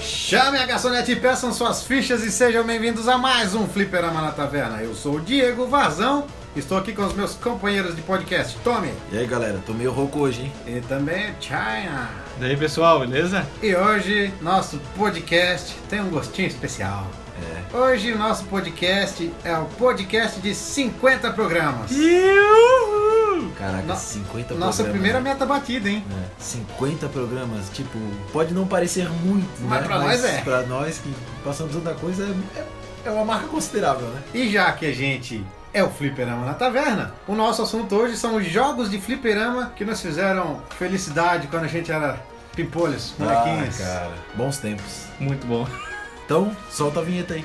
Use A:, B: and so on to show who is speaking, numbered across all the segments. A: Chame a garçonete, peçam suas fichas e sejam bem-vindos a mais um Fliperama na Taverna. Eu sou o Diego Vazão, estou aqui com os meus companheiros de podcast, Tommy
B: E aí galera, tô meio rouco hoje, hein?
A: e também China.
C: E aí pessoal, beleza?
A: E hoje nosso podcast tem um gostinho especial. Hoje o nosso podcast é o podcast de 50 programas.
B: Caraca,
A: No-
B: 50
A: Nossa
B: programas.
A: primeira meta batida, hein?
B: né? É, 50 programas, tipo, pode não parecer muito,
A: Mas
B: né?
A: pra nós é.
B: Pra nós que passamos tanta coisa, é, é uma marca considerável, né?
A: E já que a gente é o Fliperama na Taverna, o nosso assunto hoje são os jogos de fliperama que nos fizeram felicidade quando a gente era pimpolhos, molequinhos.
B: Ah, cara, bons tempos.
C: é? Muito bom.
B: Então, solta a vinheta aí.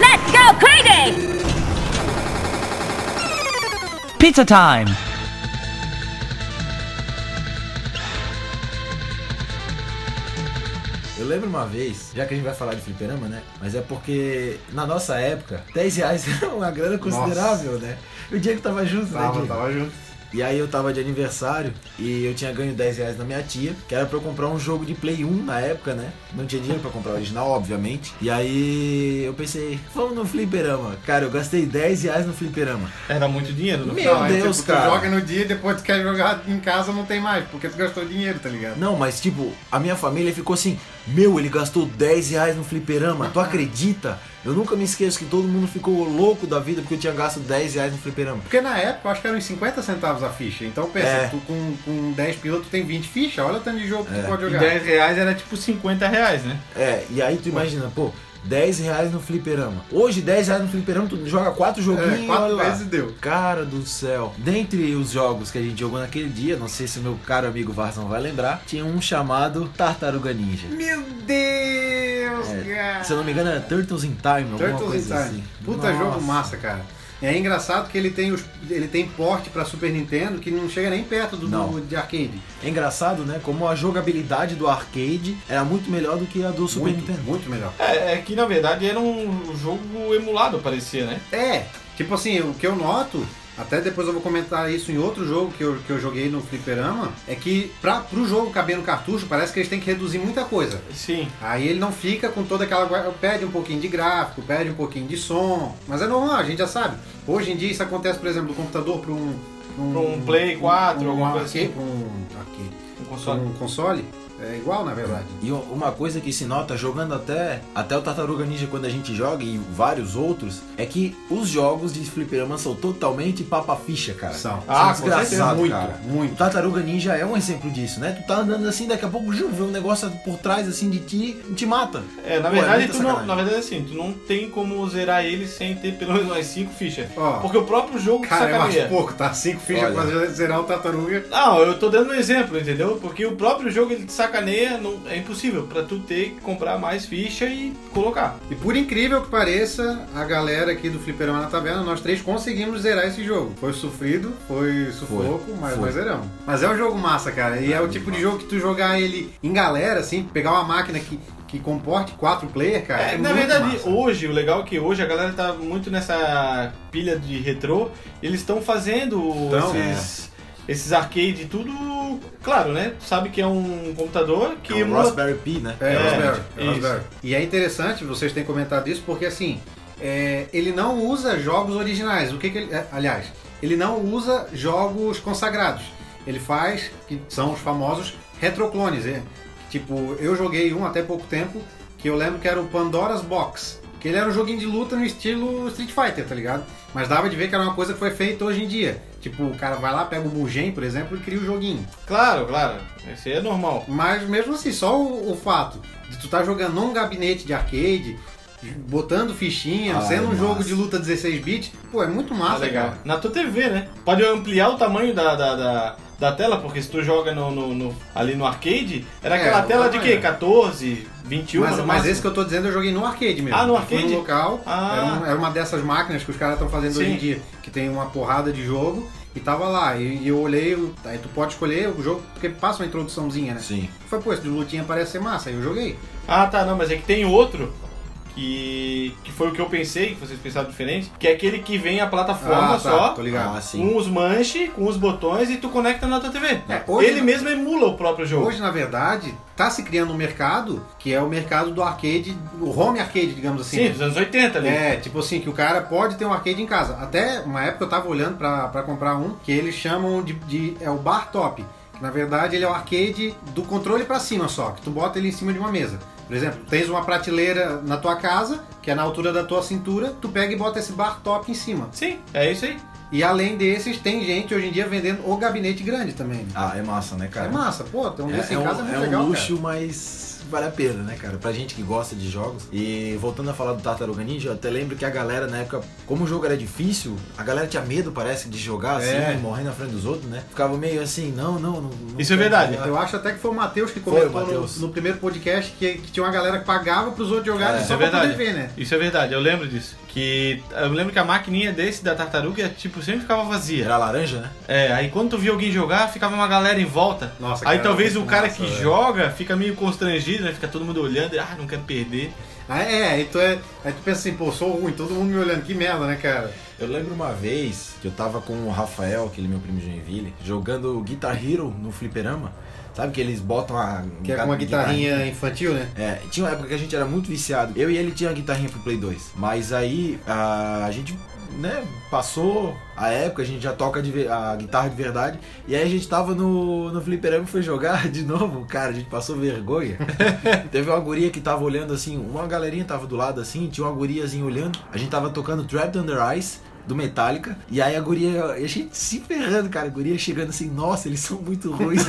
D: Let's go crazy!
E: Pizza time!
B: Eu lembro uma vez, já que a gente vai falar de fliperama, né? Mas é porque na nossa época, 10 reais era uma grana considerável, né? E o Diego tava junto, né,
A: Tava,
B: Diego?
A: tava junto.
B: E aí eu tava de aniversário e eu tinha ganho 10 reais na minha tia, que era pra eu comprar um jogo de Play 1 na época, né? Não tinha dinheiro pra comprar o original, obviamente. E aí eu pensei, vamos no fliperama. Cara, eu gastei 10 reais no fliperama.
C: Era muito dinheiro, não?
B: Meu
A: Não, é
B: Deus,
A: tipo,
B: cara.
A: Tu joga no dia e depois tu quer jogar em casa, não tem mais, porque tu gastou dinheiro, tá ligado?
B: Não, mas tipo, a minha família ficou assim, meu, ele gastou 10 reais no fliperama, tu acredita? Eu nunca me esqueço que todo mundo ficou louco da vida porque eu tinha gasto 10 reais no fliperama.
A: Porque na época eu acho que eram uns 50 centavos a ficha. Então pensa,
B: É.
A: tu com, com 10 pilotos tu tem 20 fichas, olha o tanto de jogo que tu pode
C: E
A: jogar.
C: 10 reais era tipo 50 reais, né?
B: É, e aí tu imagina, pô, 10 reais no fliperama. Hoje, 10 reais no fliperama, tu joga 4 joguinhos.
A: É,
B: olha
A: quatro
B: lá.
A: vezes deu.
B: Cara do céu. Dentre os jogos que a gente jogou naquele dia, não sei se o meu caro amigo Varzão vai lembrar, tinha um chamado Tartaruga Ninja.
A: Meu Deus,
B: É,
A: cara!
B: Se eu não me engano, era Turtles in Time, alguma
A: Turtles in
B: coisa
A: Time.
B: assim.
A: Puta
B: Nossa.
A: jogo massa, cara. E é engraçado que ele tem, os, ele tem porte pra Super Nintendo que não chega nem perto do,
B: Não.
A: do- de arcade.
B: É engraçado, né? Como a jogabilidade do arcade era muito melhor do que a do Super
A: muito,
B: Nintendo.
A: muito melhor.
C: É, é que na verdade era um jogo emulado, parecia, né?
A: É, tipo assim, o que eu noto, até depois eu vou comentar isso em outro jogo que eu, que eu joguei no Fliperama, é que pra, pro jogo caber no cartucho parece que eles têm que reduzir muita coisa.
C: Sim.
A: Aí ele não fica com toda aquela. gua- Perde um pouquinho de gráfico, perde um pouquinho de som. Mas é normal, a gente já sabe. Hoje em dia isso acontece, por exemplo, do computador para um.
C: Pra um Play 4,
A: um,
C: alguma coisa
A: arcade,
C: assim.
A: pra Um, arcade,
C: Um
A: pra
C: console.
A: um console. É igual, na verdade.
B: E u- uma coisa que se nota jogando até, até o Tartaruga Ninja quando a gente joga e vários outros, é que os jogos de fliperama são totalmente papa ficha, cara.
A: São.
C: Ah, com
B: certeza.
A: muito,
B: cara. O
C: Tá
A: muito.
B: Tartaruga Ninja é um exemplo disso, né? Tu tá andando assim, daqui a pouco jum, vê um negócio por trás assim de ti e te mata.
C: É, na
B: Pô,
C: verdade,
B: muita
C: tu não,
B: sacanagem.
C: na verdade assim, tu não tem como zerar ele sem ter pelo menos umas 5 fichas.
A: Ó.
C: Porque o próprio jogo te
A: Cara, eu acho
C: sacaneia.
A: pouco, tá? Cinco fichas
B: Olha.
A: pra zerar o tartaruga.
C: Não, eu tô dando um exemplo, entendeu? Porque o próprio jogo ele te sacaneia, não, é impossível pra tu ter que comprar mais ficha e colocar.
A: E por incrível que pareça, a galera aqui do Fliperama na Taverna, nós três conseguimos zerar esse jogo. Foi sofrido, foi sufoco,
B: Foi,
A: mas
B: foi.
A: nós zeramos. Mas é um jogo massa, cara. E é, o
B: muito
A: tipo de jogo que tu jogar ele em galera, assim, pegar uma máquina que, que comporte quatro player, cara.
C: É,
A: É,
C: na
A: muito
C: verdade,
A: massa.
C: hoje, o legal é que hoje a galera tá muito nessa pilha de retrô, eles estão fazendo
A: Tão, é.
C: esses, esses arcade e tudo, claro, né? Tu sabe que é um computador que
B: É um
C: emula-
B: Raspberry Pi, né?
A: É,
C: É,
A: Raspberry, é
C: isso.
A: Raspberry. E é interessante, vocês têm comentado isso, porque assim, é, ele não usa jogos originais. O que, que ele. é, aliás, ele não usa jogos consagrados. Ele faz, que são os famosos retroclones. É. Tipo, eu joguei um até pouco tempo, que eu lembro que era o Pandora's Box. Que ele era um joguinho de luta no estilo Street Fighter, tá ligado? Mas dava de ver que era uma coisa que foi feita hoje em dia. Tipo, o cara vai lá, pega o Mugen, por exemplo, e cria o joguinho.
C: Claro, claro. Isso aí é normal.
A: Mas mesmo assim, só o, o fato de tu estar jogando num gabinete de arcade, botando fichinha,
B: Ah,
A: sendo um
B: é
A: jogo
B: massa.
A: de luta 16 bits, pô, é muito massa,
C: Tá legal.
A: cara.
C: Na tua TV, né? Pode ampliar o tamanho da, da, da, da tela, porque se tu joga no, no- no- ali no arcade, era
A: É,
C: aquela
A: o
C: tela de
A: tamanho.
C: quê? 14, 21,
A: Mas,
C: no
A: mas
C: máximo?
A: esse que eu tô dizendo eu joguei no arcade mesmo.
C: Ah, no
A: Eu fui
C: arcade?
A: num local,
C: Ah.
A: era, um- era uma dessas máquinas que os caras estão fazendo hoje em
C: Sim.
A: dia, que tem uma porrada de jogo, e tava lá, e, e eu olhei, o- aí tu pode escolher o jogo, porque passa uma introduçãozinha, né?
B: Sim.
A: Foi, pô, esse de lutinha parece ser massa, aí eu joguei.
C: Ah, tá, não, mas é que tem outro E que foi o que eu pensei, que vocês pensaram diferente, que é aquele que vem a plataforma
A: tá,
C: só,
A: tô ligado.
B: Ah, sim.
C: com os manches, com os botões e tu conecta na tua TV.
A: É, hoje-
C: Ele mesmo emula o próprio jogo.
A: Hoje, na verdade, tá se criando um mercado que é o mercado do arcade, o home arcade, digamos assim.
C: Sim, dos anos 80 ali.
A: É, tipo assim, que o cara pode ter um arcade em casa. Até uma época eu tava olhando pra, pra comprar um que eles chamam de, de- É o bar top. Que, na verdade, ele é o arcade do controle pra cima só, que tu bota ele em cima de uma mesa. Por exemplo, tens uma prateleira na tua casa, que é na altura da tua cintura, tu pega e bota esse bar top em cima.
C: Sim, é isso aí.
A: E além desses, tem gente hoje em dia vendendo o gabinete grande também.
B: Ah, é massa, né, cara?
A: É massa, pô, tem um desse
B: É, é
A: em casa é
B: um,
A: muito
B: é um
A: legal. cara.
B: luxo, mas vale a pena, né, cara? Pra gente que gosta de jogos. E voltando a falar do Tartaruga Ninja, eu até lembro que a galera na época, como o jogo era difícil, a galera tinha medo, parece, de jogar assim,
A: É.
B: morrendo na frente dos outros, né? Ficava meio assim, não, não, não. não
C: Isso é
B: quero
C: verdade.
B: jogar.
A: Eu acho até que foi o Matheus que
B: Foi,
A: comentou
B: o Matheus.
A: No, no primeiro podcast que, que tinha uma galera que pagava pros outros jogarem
B: É,
A: só
C: é
A: pra
C: verdade.
A: poder ver, né?
C: Isso é verdade, eu lembro disso. Que eu lembro que a maquininha desse da tartaruga, tipo, sempre ficava vazia.
B: Era laranja, né?
C: É, aí quando tu via alguém jogar, ficava uma galera em volta.
A: Nossa,
C: aí
A: cara,
C: talvez o
A: muito
C: cara
A: massa,
C: que
A: velho.
C: joga fica meio constrangido, né? Fica todo mundo olhando, e, ah, não quero perder.
A: Ah, é, aí tu, é, aí tu pensa assim, pô, sou ruim, todo mundo me olhando, que merda, né, cara?
B: Eu lembro uma vez que eu tava com o Rafael, aquele meu primo de Joinville, jogando Guitar Hero no fliperama. Sabe que eles botam a.
A: Que é com uma guitarrinha infantil, né?
B: É, tinha uma época que a gente era muito viciado. Eu e ele tinha uma guitarrinha pro Play 2. Mas aí a, a gente, né, passou a época, a gente já toca de ve- a guitarra de verdade. E aí a gente tava no, no fliperama e foi jogar de novo. Cara, a gente passou vergonha. Teve uma guria que tava olhando assim, uma galerinha tava do lado assim, tinha uma guriazinha olhando. A gente tava tocando Trapped Under Ice. Do Metallica, e aí a guria, a gente se ferrando, cara. A guria chegando assim, nossa, eles são muito ruins.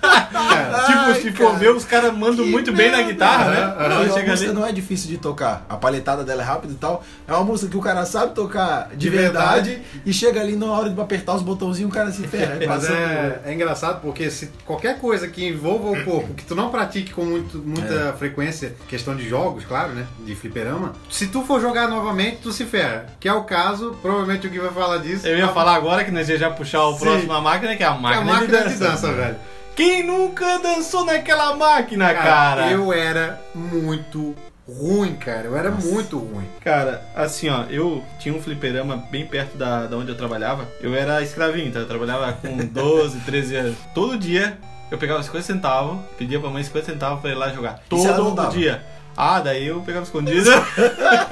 A: Cara,
B: Ai,
C: tipo, se for
B: cara.
C: ver, os caras mandam
B: Que
C: muito bem na
B: merda.
C: guitarra, né?
A: Aham,
B: Não,
C: Ela
B: e a
C: chega
B: música
C: ali.
B: não é difícil de tocar. A paletada dela é rápida e tal. É uma música que o cara sabe tocar de,
A: De
B: verdade,
A: verdade.
B: e chega ali na hora de apertar os botãozinhos, o cara se ferra. Aí
A: mas
B: passa
A: é, é engraçado porque se qualquer coisa que envolva o corpo, que tu não pratique com muito- muita
C: É.
A: frequência, questão de jogos, claro, né? De fliperama, se tu for jogar novamente, tu se ferra. Que é o caso, provavelmente o Gui vai falar disso.
C: Eu ia
A: a-
C: falar agora que nós ia já puxar o
A: Sim.
C: próximo a máquina, que é a
A: que é
C: máquina,
A: a máquina
C: de dança.
A: velho.
C: Quem nunca dançou naquela máquina, Ah, cara?
A: eu era muito ruim, cara. Eu era muito ruim.
C: Cara, assim, ó, eu tinha um fliperama bem perto da, da onde eu trabalhava. Eu era escravinho, tá? Eu trabalhava com 12, 13 anos. Todo dia eu pegava 50 centavos, pedia pra mãe 50 centavos pra ir lá jogar.
B: se ela não
C: Todo
B: dava?
C: dia. Ah, daí eu pegava escondido.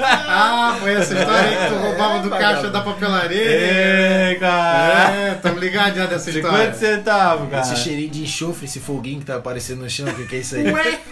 A: Ah, foi essa história aí que tu roubava do
B: É,
A: caixa
B: vagabundo.
A: da papelaria.
C: é, cara.
A: É, tamo ligado já dessa
C: 50
A: história.
C: centavos, cara.
B: Esse cheirinho de enxofre, esse foguinho que tá aparecendo no chão, o que, que é isso aí?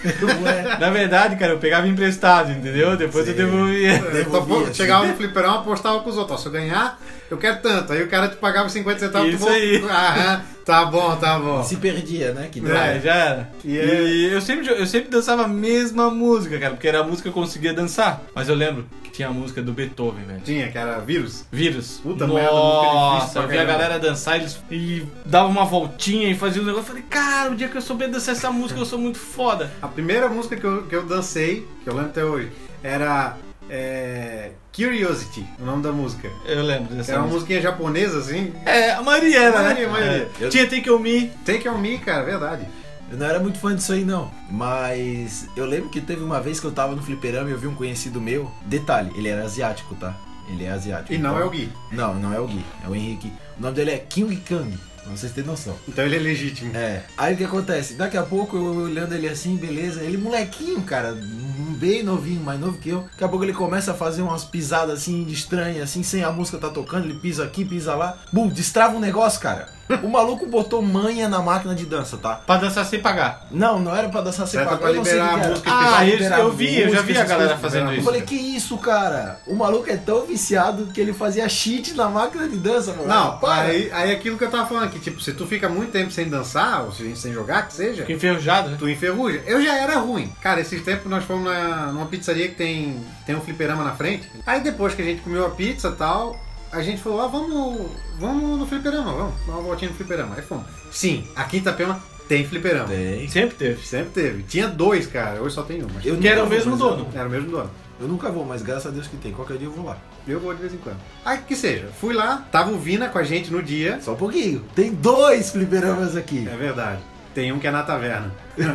B: Ué.
C: Na verdade, cara, eu pegava emprestado, entendeu? Depois eu
B: Sim.
C: devolvia.
A: É, então,
B: Devolvia,
A: pô, chegava no fliperão, apostava com os outros. Ó, se eu ganhar, eu quero tanto. Aí o cara te pagava 50 centavos.
C: Isso
A: tu vol-
C: aí.
A: Aham, tá bom, tá bom.
B: Se perdia, né? Que
C: É,
B: dói.
C: já era.
A: E
C: E,
A: é-
C: eu, sempre, eu sempre dançava a mesma música, cara, porque era a música que eu conseguia dançar. Mas eu lembro que tinha a música do Beethoven, velho.
A: Tinha, que era vírus.
C: Vírus.
A: Puta
C: Nossa,
A: merda, música difícil pra
C: eu via a
A: caramba.
C: galera dançar eles, e dava uma voltinha e fazia um negócio. Eu falei, cara, o dia que eu souber dançar essa música, eu sou muito foda.
A: A primeira música que eu, que eu dancei, que eu lembro até hoje, era é, Curiosity, o nome da música.
C: Eu lembro dessa
A: Era uma
C: música.
A: musiquinha japonesa, assim.
C: É, a maioria era, né?
A: Maioria, maioria.
C: É. Tinha Take On Me.
A: Take on me, cara, verdade.
B: Eu não era muito fã disso aí, não. Mas eu lembro que teve uma vez que eu tava no fliperama e eu vi um conhecido meu. Detalhe, ele era asiático, tá? Ele é asiático.
A: E não
B: Então-
A: é o Gui.
B: Não, não é o Gui, é o Henrique. O nome dele é King Kang, pra vocês terem noção.
A: Então ele é legítimo.
B: É. Aí o que acontece? Daqui a pouco eu olhando ele assim, beleza. Ele, molequinho, cara, um bem novinho, mais novo que eu. Daqui a pouco ele começa a fazer umas pisadas assim estranhas, assim, sem a música tá tocando. Ele pisa aqui, pisa lá. Bum, destrava um negócio, cara. O maluco botou manha na máquina de dança, tá?
C: Pra dançar sem pagar.
B: Não, não era pra dançar sem
A: Era pra
B: pagar, eu não sei o
A: liberar
B: que
A: a
B: que era.
A: música
B: Ah,
C: Ah, eu,
B: liberar
C: eu vi, eu já vi
B: música,
C: a galera
A: essas coisas,
C: fazendo
A: né?
B: Eu
C: isso.
B: falei, que isso, cara? O maluco é tão viciado que ele fazia cheat na máquina de dança, mano.
A: Não, aí, aí é aquilo que eu tava falando, que tipo, se tu fica muito tempo sem dançar, ou se- sem jogar, que seja,
C: Fiquei enferrujado, né?
A: tu enferruja. Eu já era ruim. Cara, esses tempos nós fomos na- numa pizzaria que tem, tem um fliperama na frente. Aí depois que a gente comeu a pizza e tal, a gente falou, ah, vamos, vamos no fliperama, vamos, dar uma voltinha no fliperama. Aí fomos. Sim, aqui em Itapema tem fliperama.
B: Tem.
C: Sempre teve.
A: Sempre teve. Tinha dois, cara, hoje só tem um. Mas
B: Eu
C: Que era
B: nunca
C: o
B: vou,
C: mesmo
B: mas
C: dono.
A: era o mesmo dono.
B: Eu, eu nunca vou, mas graças a Deus que tem. Qualquer dia eu vou lá.
A: Eu vou de vez em quando. Aí que seja, fui lá, tava o Vina com a gente no dia.
B: Só um pouquinho. Tem dois fliperamas aqui.
A: É verdade. Tem um que é na taverna.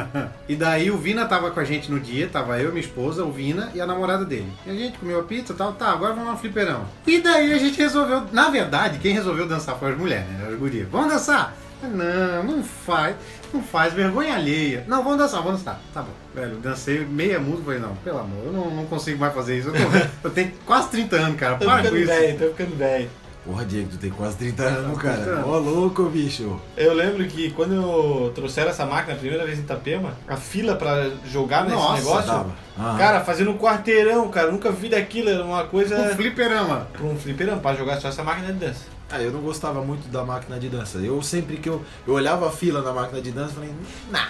A: e daí o Vina tava com a gente no dia, tava eu, minha esposa, o Vina e a namorada dele. E a gente comeu a pizza e tal, tá, agora vamos lá no fliperão. E daí a gente resolveu, na verdade, quem resolveu dançar foi as mulheres, né? As gurias. Vamos dançar? Ah, Não, não faz, não faz vergonha alheia. Não, vamos dançar, vamos dançar. Tá bom. Velho, dancei meia música, falei, não, pelo amor, eu não, não consigo mais fazer isso. Eu, tô- eu tenho quase 30 anos, cara,
C: Tô
A: para com
C: ficando
A: isso.
C: velho, tô ficando velho.
B: Porra, Diego, tu tem quase 30 anos, cara.
A: anos.
B: Ô, louco, bicho.
C: Eu lembro que quando eu trouxeram essa máquina a primeira vez em Itapema, a fila pra jogar nesse
A: Nossa,
C: negócio.
B: tava. Ah.
C: Cara, fazendo um quarteirão, cara. Nunca vi daquilo, era uma coisa.
A: O fliperama.
C: Pra um fliperama, pra jogar só essa máquina de dança.
B: Ah, eu não gostava muito da máquina de dança. Eu sempre que eu, eu olhava a fila na máquina de dança, eu falei, nah.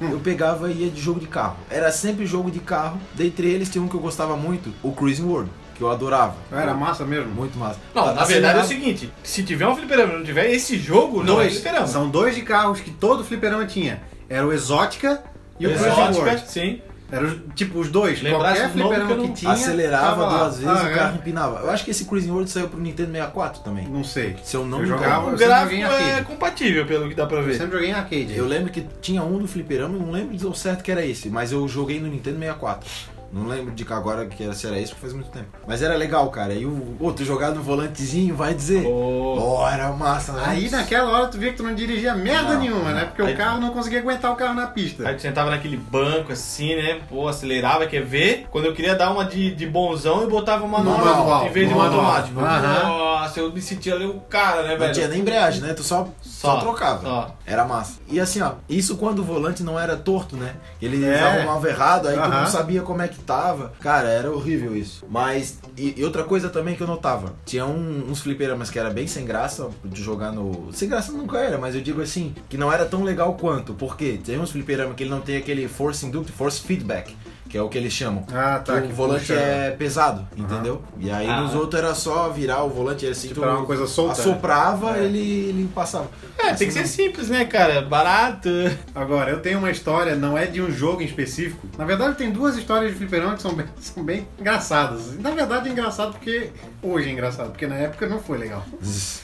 B: eu pegava e ia de jogo de carro. Era sempre jogo de carro. Dentre eles tinha um que eu gostava muito, o Cruising World, que eu adorava.
A: Era massa mesmo.
B: Muito massa. Tá,
C: Não, na
B: Acelerava-
C: verdade é o seguinte: se tiver um fliperama e não tiver esse jogo, não é fliperama.
A: São dois de carros que todo fliperama tinha. Era o Exótica e o Cruising
C: Exótica,
A: World.
C: sim.
A: Era os- tipo os dois.
C: Lembrasse
A: Qualquer
C: o nome
A: fliperama
C: que eu
A: que,
C: não-
A: tinha.
B: acelerava
A: tava lá.
B: duas vezes
A: Ah,
B: e
A: é?
B: o carro empinava. Eu acho que esse Cruising World saiu pro Nintendo 64 também.
A: Não sei.
B: Se eu não
A: Eu
B: me
A: jogava-
B: engano.
C: O
A: Eu
C: gráfico
A: sempre joguei
C: é
A: arcade.
C: compatível, pelo que dá pra
A: Eu
C: ver.
A: sempre joguei em arcade.
B: Eu lembro que tinha um do fliperama, não lembro ao certo que era esse, mas eu joguei no Nintendo 64. Não lembro de que agora que era, se era esse, porque faz muito tempo. Mas era legal, cara. E o outro jogar no volantezinho, vai dizer.
C: Oh.
B: Oh, era massa, né?
A: Aí naquela hora tu via que tu não dirigia merda
B: Não,
A: nenhuma, né? Porque
C: Aí-
A: o carro não conseguia aguentar o carro na pista.
C: Aí tu sentava naquele banco assim, né? Pô, acelerava, quer ver? Quando eu queria dar uma de, de bonzão, eu botava uma
A: No
C: normal,
A: manual,
C: em vez de
A: no
C: uma
A: manual.
C: automática.
A: Aham.
C: Nossa, eu me sentia ali o cara, né,
B: Não
C: velho?
B: tinha nem embreagem, né? Tu só, só,
C: Só,
B: trocava.
C: só.
B: Era massa. E assim, ó, isso quando o volante não era torto, né? Ele
A: É.
B: arrumava errado, aí tu não
A: Aham.
B: sabia como é que tava. Cara, era horrível isso. Mas, e, e outra coisa também que eu notava: tinha um- uns fliperamas que era bem sem graça de jogar no. Sem graça nunca era, mas eu digo assim, que não era tão legal quanto. Porque tem uns fliperamas que ele não tem aquele force induct, force feedback. Que é o que eles chamam.
A: Ah, tá,
B: Que o
A: que
B: volante
A: puxa.
B: é pesado, entendeu? E aí
C: Ah.
B: nos outros era só virar o volante assim,
A: Tipo, era uma coisa solta, né?
B: Assoprava, ele, ele passava.
C: É, tem que ser simples, né, cara? Barato.
A: Agora, eu tenho uma história, não é de um jogo em específico. Na verdade, tem duas histórias de fliperama que são bem, são bem engraçadas. Na verdade, é engraçado porque... Hoje é engraçado, porque na época não foi legal.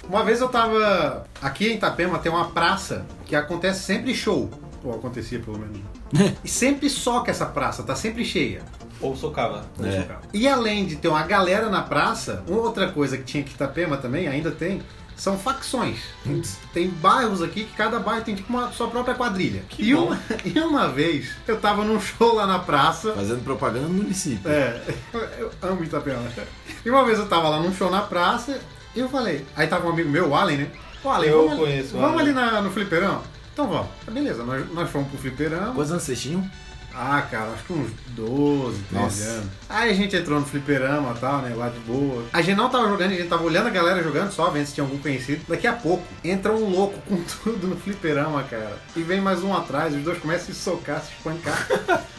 A: Uma vez eu tava. Aqui em Itapema tem uma praça que acontece sempre show. Ou acontecia pelo menos. e sempre soca essa praça, tá sempre cheia.
C: Ou socava.
B: É.
A: E além de ter uma galera na praça, uma outra coisa que tinha aqui em Itapema também, ainda tem, são facções.
C: Hum.
A: Tem- Tem bairros aqui que cada bairro tem tipo uma sua própria quadrilha.
C: Que
A: E
C: bom.
A: uma, e uma vez eu tava num show lá na praça.
B: um- Fazendo propaganda no município.
A: É, eu amo Itapema. E uma vez eu tava lá num show na praça e eu falei. Aí tava um amigo meu, o Allen, né? O Allen,
C: Eu
A: vamos
C: conheço o
A: ali, vamos
C: Allen.
A: ali na- no fliperão? Então vamos. Beleza, nós, nós fomos pro fliperão.
B: Quantos anos vocês tinham?
A: Ah, cara, acho que uns 12, 13
B: Nossa.
A: anos. Aí a gente entrou no fliperama e tal, né? Lá de boa. A gente não tava jogando, a gente tava olhando a galera jogando só, vendo se tinha algum conhecido. Daqui a pouco, entra um louco com tudo no fliperama, cara. E vem mais um atrás, os dois começam a se socar, se espancar.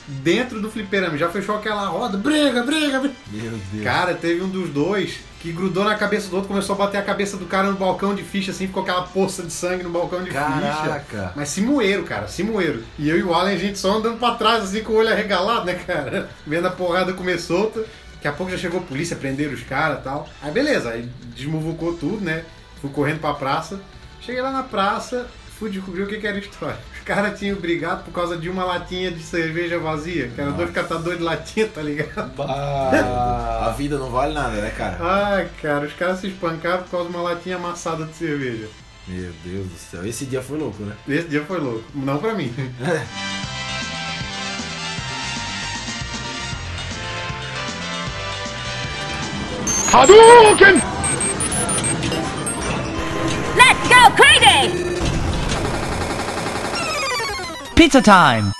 A: Dentro do fliperama, já fechou aquela roda, briga, briga, briga.
B: Meu Deus.
A: Cara, teve um dos dois que grudou na cabeça do outro, começou a bater a cabeça do cara no balcão de ficha, assim, ficou aquela poça de sangue no balcão de ficha.
B: Caraca.
A: Mas simoeiro, cara, simoeiro. E eu e o Allen, a gente só andando pra trás, assim, com o olho arregalado, né, cara? Vendo a porrada comer solta. Daqui a pouco já chegou a polícia, prenderam os caras e tal. Aí beleza, aí desmuvucou tudo, né? Fui correndo pra praça. Cheguei lá na praça, fui descobrir o que, que era a história. Os caras tinham brigado por causa de uma latinha de cerveja vazia, que era dois catadores de latinha, tá ligado?
B: Ah, a vida não vale nada, né, cara?
A: Ai, cara, os caras se espancaram por causa de uma latinha amassada de cerveja.
B: Meu Deus do céu. Esse dia foi louco, né?
A: Esse dia foi louco. Não pra mim.
D: Let's go crazy!
E: Pizza time!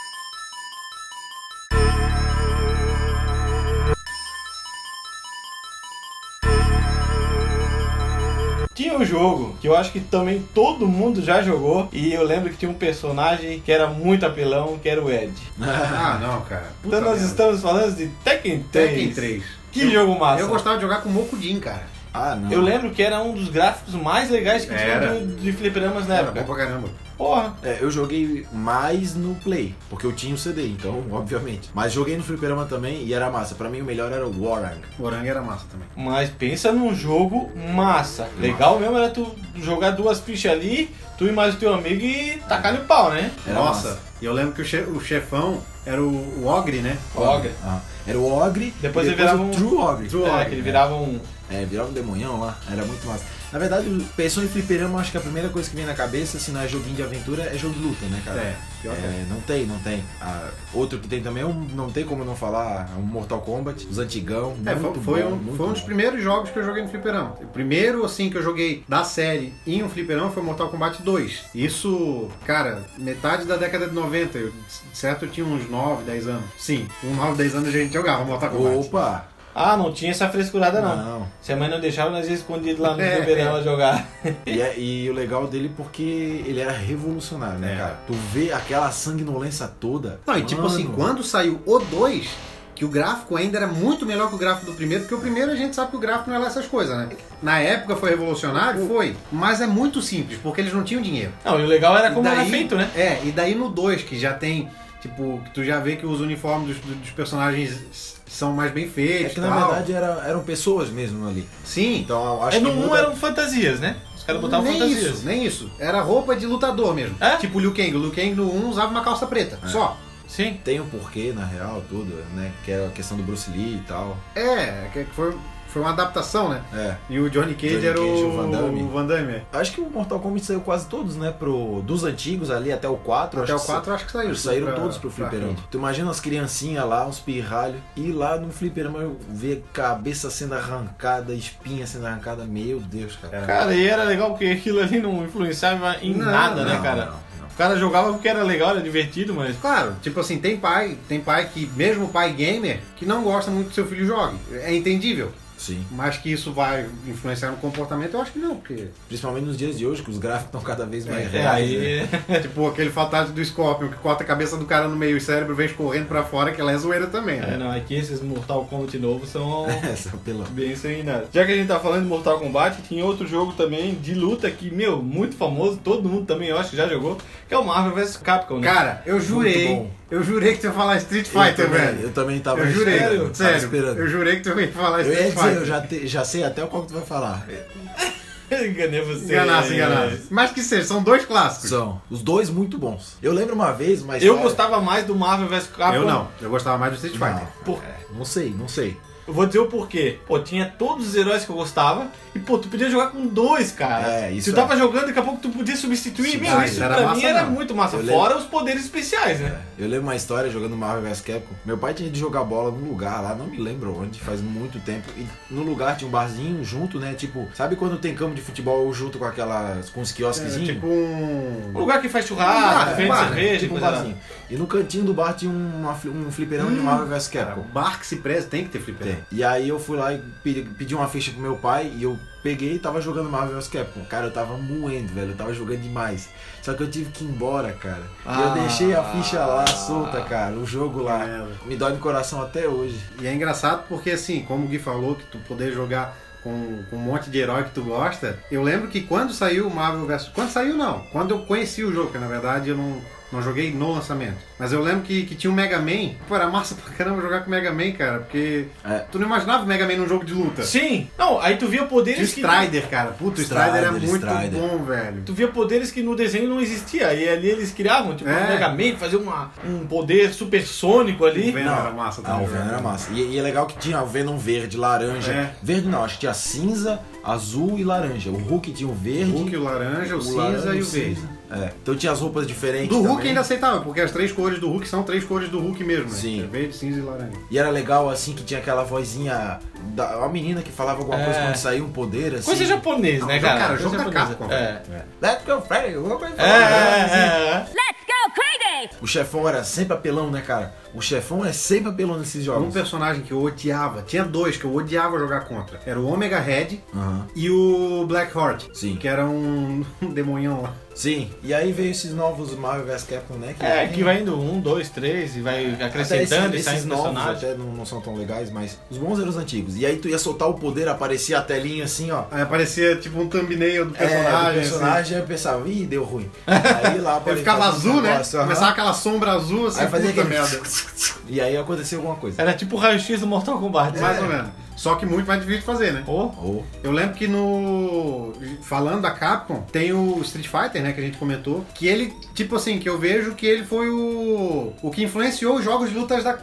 C: Tinha um jogo que eu acho que também todo mundo já jogou. E eu lembro que tinha um personagem que era muito apelão, que era o Ed.
A: Ah, não, cara. Puta
C: então nós
A: merda.
C: estamos falando de Tekken 3.
A: Tekken 3.
C: Que
A: eu,
C: jogo massa.
A: Eu gostava de jogar com o Mokudin, cara.
B: Ah, não.
C: Eu lembro que era um dos gráficos mais legais que tinha
A: Era.
C: do- de fliperamas na
A: Era bom
C: época.
A: pra caramba.
C: Porra.
B: É, eu joguei mais no Play, porque eu tinha o CD, então, obviamente. Mas joguei no Fliperama também e era massa. Pra mim o melhor era o Warang.
A: O Orangue era massa também.
C: Mas pensa num jogo massa. Legal mesmo era tu jogar duas fichas ali, tu e mais o teu amigo e tacar o pau, né?
B: Era
A: Nossa,
B: massa.
A: e eu lembro que o, che- o chefão era o, o Ogre, né?
C: Ogre.
B: Ah, era o Ogre,
C: Depois
B: e
C: ele virava
B: o
C: um-
B: True Ogre.
A: True
C: É,
A: Ogre,
C: que ele virava um.
B: É, virava um demonhão lá, era muito massa. Na verdade, pensou em um fliperama, acho que é a primeira coisa que vem na cabeça, se não é joguinho de aventura, é jogo de luta, né, cara?
A: É, pior que é.
B: É, não tem, não tem. Ah, outro que tem também, é um, não tem como não falar, é um Mortal Kombat, os antigão, né,
A: É,
B: muito
A: foi, foi
B: bom,
A: um,
B: muito
A: foi um
B: bom.
A: dos primeiros jogos que eu joguei no fliperama. O primeiro, assim, que eu joguei da série em um fliperama foi Mortal Kombat 2. Isso, cara, metade da década de 90. Eu, de certo, eu tinha uns 9, 10 anos. Sim, uns 9, 10 anos a gente jogava Mortal Kombat.
B: Opa!
C: Ah, não tinha essa frescurada não.
B: Não.
C: Se a mãe não deixava, nós ia escondido lá no
A: É,
C: Ribeirão
A: é.
C: jogar.
B: E, é- e o legal dele porque ele era revolucionário, né,
A: É.
B: cara? Tu vê aquela sanguinolência toda.
A: Não, e tipo
B: Mano,
A: assim, quando saiu o 2, que o gráfico ainda era muito melhor que o gráfico do primeiro, porque o primeiro a gente sabe que o gráfico não é lá essas coisas, né? Na época foi revolucionário? Foi. Mas é muito simples, porque eles não tinham dinheiro.
C: Não, e o legal era
A: E
C: como era
A: daí-
C: feito, né?
A: É, e daí no 2, que já tem, tipo, que tu já vê que os uniformes dos, dos personagens s- são mais bem
B: É
A: feitos.
B: que na
A: tal. um
B: verdade era- eram pessoas mesmo ali.
A: Sim.
B: Então eu acho
C: É,
B: que.
C: no 1
B: muda-
C: eram fantasias, né? Os caras botavam
A: nem
C: fantasias.
A: isso, nem isso. Era roupa de lutador mesmo.
C: É?
A: Tipo o Liu Kang. O Liu Kang no 1 usava uma calça preta,
B: É.
A: só.
C: Sim.
B: Tem um porquê, na real, tudo, né? Que era a questão do Bruce Lee e tal.
A: É, que foi, foi uma adaptação, né?
B: É.
A: E o Johnny Cage
B: Johnny
A: era
B: Cage,
A: o,
B: o Van Damme.
A: o Van Damme.
B: Acho que o Mortal Kombat saiu quase todos, né? Pro, dos antigos ali até o 4.
A: Até
B: acho
A: o
B: que
A: 4 acho que saiu.
B: Eles saíram
A: pra-
B: todos pro
A: pra-
B: fliperama. Tu imagina as criancinhas lá, uns pirralhos, e lá no fliperama eu ver cabeça sendo arrancada, espinha sendo arrancada. Meu Deus, cara.
C: Cara, e era legal porque aquilo ali não influenciava em
A: Não,
C: nada, né,
B: não,
C: cara?
B: não, não.
C: O cara jogava porque era legal, era divertido, mas.
A: Claro, tipo assim, tem pai, tem pai que, mesmo pai gamer, que não gosta muito que seu filho jogue. É entendível.
B: Sim.
A: Mas que isso vai influenciar no comportamento, eu acho que não, porque.
B: Principalmente nos dias de hoje, que os gráficos estão cada vez mais
C: É,
B: reais. né?
C: aí.
A: tipo aquele fatality do Scorpion que corta a cabeça do cara no meio e o cérebro vem escorrendo pra fora, que ela é zoeira também,
C: É,
A: né?
C: não, é que esses Mortal Kombat novos são
B: Essa pela.
C: bem sanguinários. Já que a gente tá falando de Mortal Kombat, tinha outro jogo também de luta que, meu, muito famoso, todo mundo também, eu acho que já jogou, que é o Marvel vs Capcom, né?
A: Cara, eu jurei.
B: bom.
A: Eu jurei que tu ia falar Street Fighter,
B: eu, também,
A: velho.
B: eu também tava
A: Eu jurei, sério.
B: esperando, tava esperando.
A: Eu jurei que tu ia falar
B: Eu ia
A: Street
B: dizer, eu
A: Fighter.
B: já, te- já sei até qual que tu vai falar.
C: Enganei você.
A: Enganasse, enganasse. Mas que seja, são dois clássicos.
B: São os dois muito bons. Eu lembro uma vez, mas.
C: Eu gostava mais do Marvel vs Capcom.
A: Eu não, Tá eu gostava mais do Street Fighter.
C: Por-
B: Não sei, não sei.
C: Eu vou dizer o porquê. Pô, tinha todos os heróis que eu gostava. E, pô, tu podia jogar com dois, cara.
B: É, isso
C: Se tu
B: é.
C: tava jogando, daqui a pouco tu podia substituir.
B: Sim, ah,
C: Meu,
B: cara,
C: isso
A: isso era
C: pra
A: massa
C: mim era
A: mesmo.
C: muito massa.
B: Eu lembro.
C: Fora os poderes especiais, né?
B: Eu lembro uma história jogando Marvel vs Capcom. Meu pai tinha de jogar bola num lugar lá, não me lembro onde, faz muito tempo. E no lugar tinha um barzinho junto, né? Tipo, sabe quando tem campo de futebol junto com aquelas. com os
A: É,
B: quiosquezinhos?
A: tipo um.
C: Um lugar que faz churrasco,
A: Ah,
C: vende
A: bar,
C: cerveja,
B: tipo um
C: coisa lá.
B: barzinho. E no cantinho do bar tinha uma fli- um fliperão
A: Hum.
B: de Marvel vs
A: Cara,
B: Capcom.
A: bar que se preza tem que ter fliperama.
B: Tem. É. E aí eu fui lá e pedi, pedi uma ficha pro meu pai e eu peguei e tava jogando Marvel vs Capcom. Cara, eu tava moendo, velho. Eu tava jogando demais. Só que eu tive que ir embora, cara. E eu
C: Ah.
B: deixei a ficha lá solta, cara. O jogo lá.
A: Merda.
B: Me dói no coração até hoje.
A: E é engraçado porque, assim, como o Gui falou, que tu poder jogar com, com um monte de herói que tu gosta, eu lembro que quando saiu o Marvel vs. Quando saiu, não. Quando eu conheci o jogo, que na verdade eu não, não joguei no lançamento. Mas eu lembro que, que tinha o Mega Man. Pô, era massa pra caramba jogar com o Mega Man, cara, porque
B: É.
A: tu não imaginava o Mega Man num jogo de luta.
C: Sim. Não, aí tu via
A: Tinha o
C: poderes que...
A: Strider, cara. Puta, o Strider, era
B: Strider,
A: muito
B: Strider.
A: bom, velho.
C: Tu via poderes que no desenho não existia. E ali eles criavam, tipo,
A: É.
C: um Mega Man, fazer uma, um poder supersônico
A: O
C: ali.
A: Venom era massa
B: Ah,
A: também.
B: o Venom
A: velho.
B: era massa. E, e é legal que tinha o Venom verde, laranja.
A: É.
B: Verde não, acho que tinha cinza, azul e laranja. O Hulk tinha o
A: O
B: verde.
A: Hulk, o laranja, o, cinza
B: laranja
A: e o verde.
B: cinza. É. Então tinha as roupas diferentes.
A: Do Hulk
B: também.
A: ainda aceitável, porque as três cores do Hulk são três cores do Hulk mesmo, né?
B: Sim.
A: É Verde, cinza e laranja.
B: E era legal assim que tinha aquela vozinha da uma menina que falava alguma coisa
C: É.
B: quando saiu um poder assim.
C: Coisa japonesa, né,
A: Não,
C: cara?
A: cara,
C: Coisa
A: jogo da
C: japonesa.
A: Capcom.
C: É.
B: Let's go, Freddy. um alguma coisa
C: É,
B: assim.
C: é, é.
D: Let's go crazy!
B: O chefão era sempre apelão, né, cara? O chefão é sempre apelão nesses
A: Um
B: jogos.
A: personagem que eu odiava, tinha dois que eu odiava jogar contra. Era o Omega Red
B: Aham.
A: e o Black Heart.
B: Sim.
A: Que era um, um demonhão lá.
B: Sim, e aí veio esses novos Marvel vs Capcom, né? que-
C: É, que vai indo um, dois, três e vai
A: É.
C: acrescentando
B: Até
C: e
B: esses, esses
C: saindo
B: novos
C: personagem.
B: até não, não são tão legais, mas os bons eram os antigos. E aí tu ia soltar o poder, aparecia a telinha assim, ó.
A: Aí aparecia tipo um thumbnail do
B: É,
A: personagem.
B: do personagem, aí eu pensava, ih, deu ruim. Aí lá
A: assim. Aí
B: aparecia
A: ficava
B: esse
A: azul, né?
B: negócio, aham.
A: Começava aquela sombra azul, assim,
B: Aí fazia
A: puta
B: aquele-
A: merda.
B: E aí aconteceu alguma coisa.
C: Era tipo o raio-x do Mortal Kombat.
A: Mais
C: É.
A: ou menos. Só que muito mais difícil de fazer, né?
C: Ou-
B: Ou
A: Eu lembro que no. Falando da Capcom, tem o Street Fighter, né? Que a gente comentou. Que ele, tipo assim, que eu vejo que ele foi o. O que influenciou os jogos de lutas da,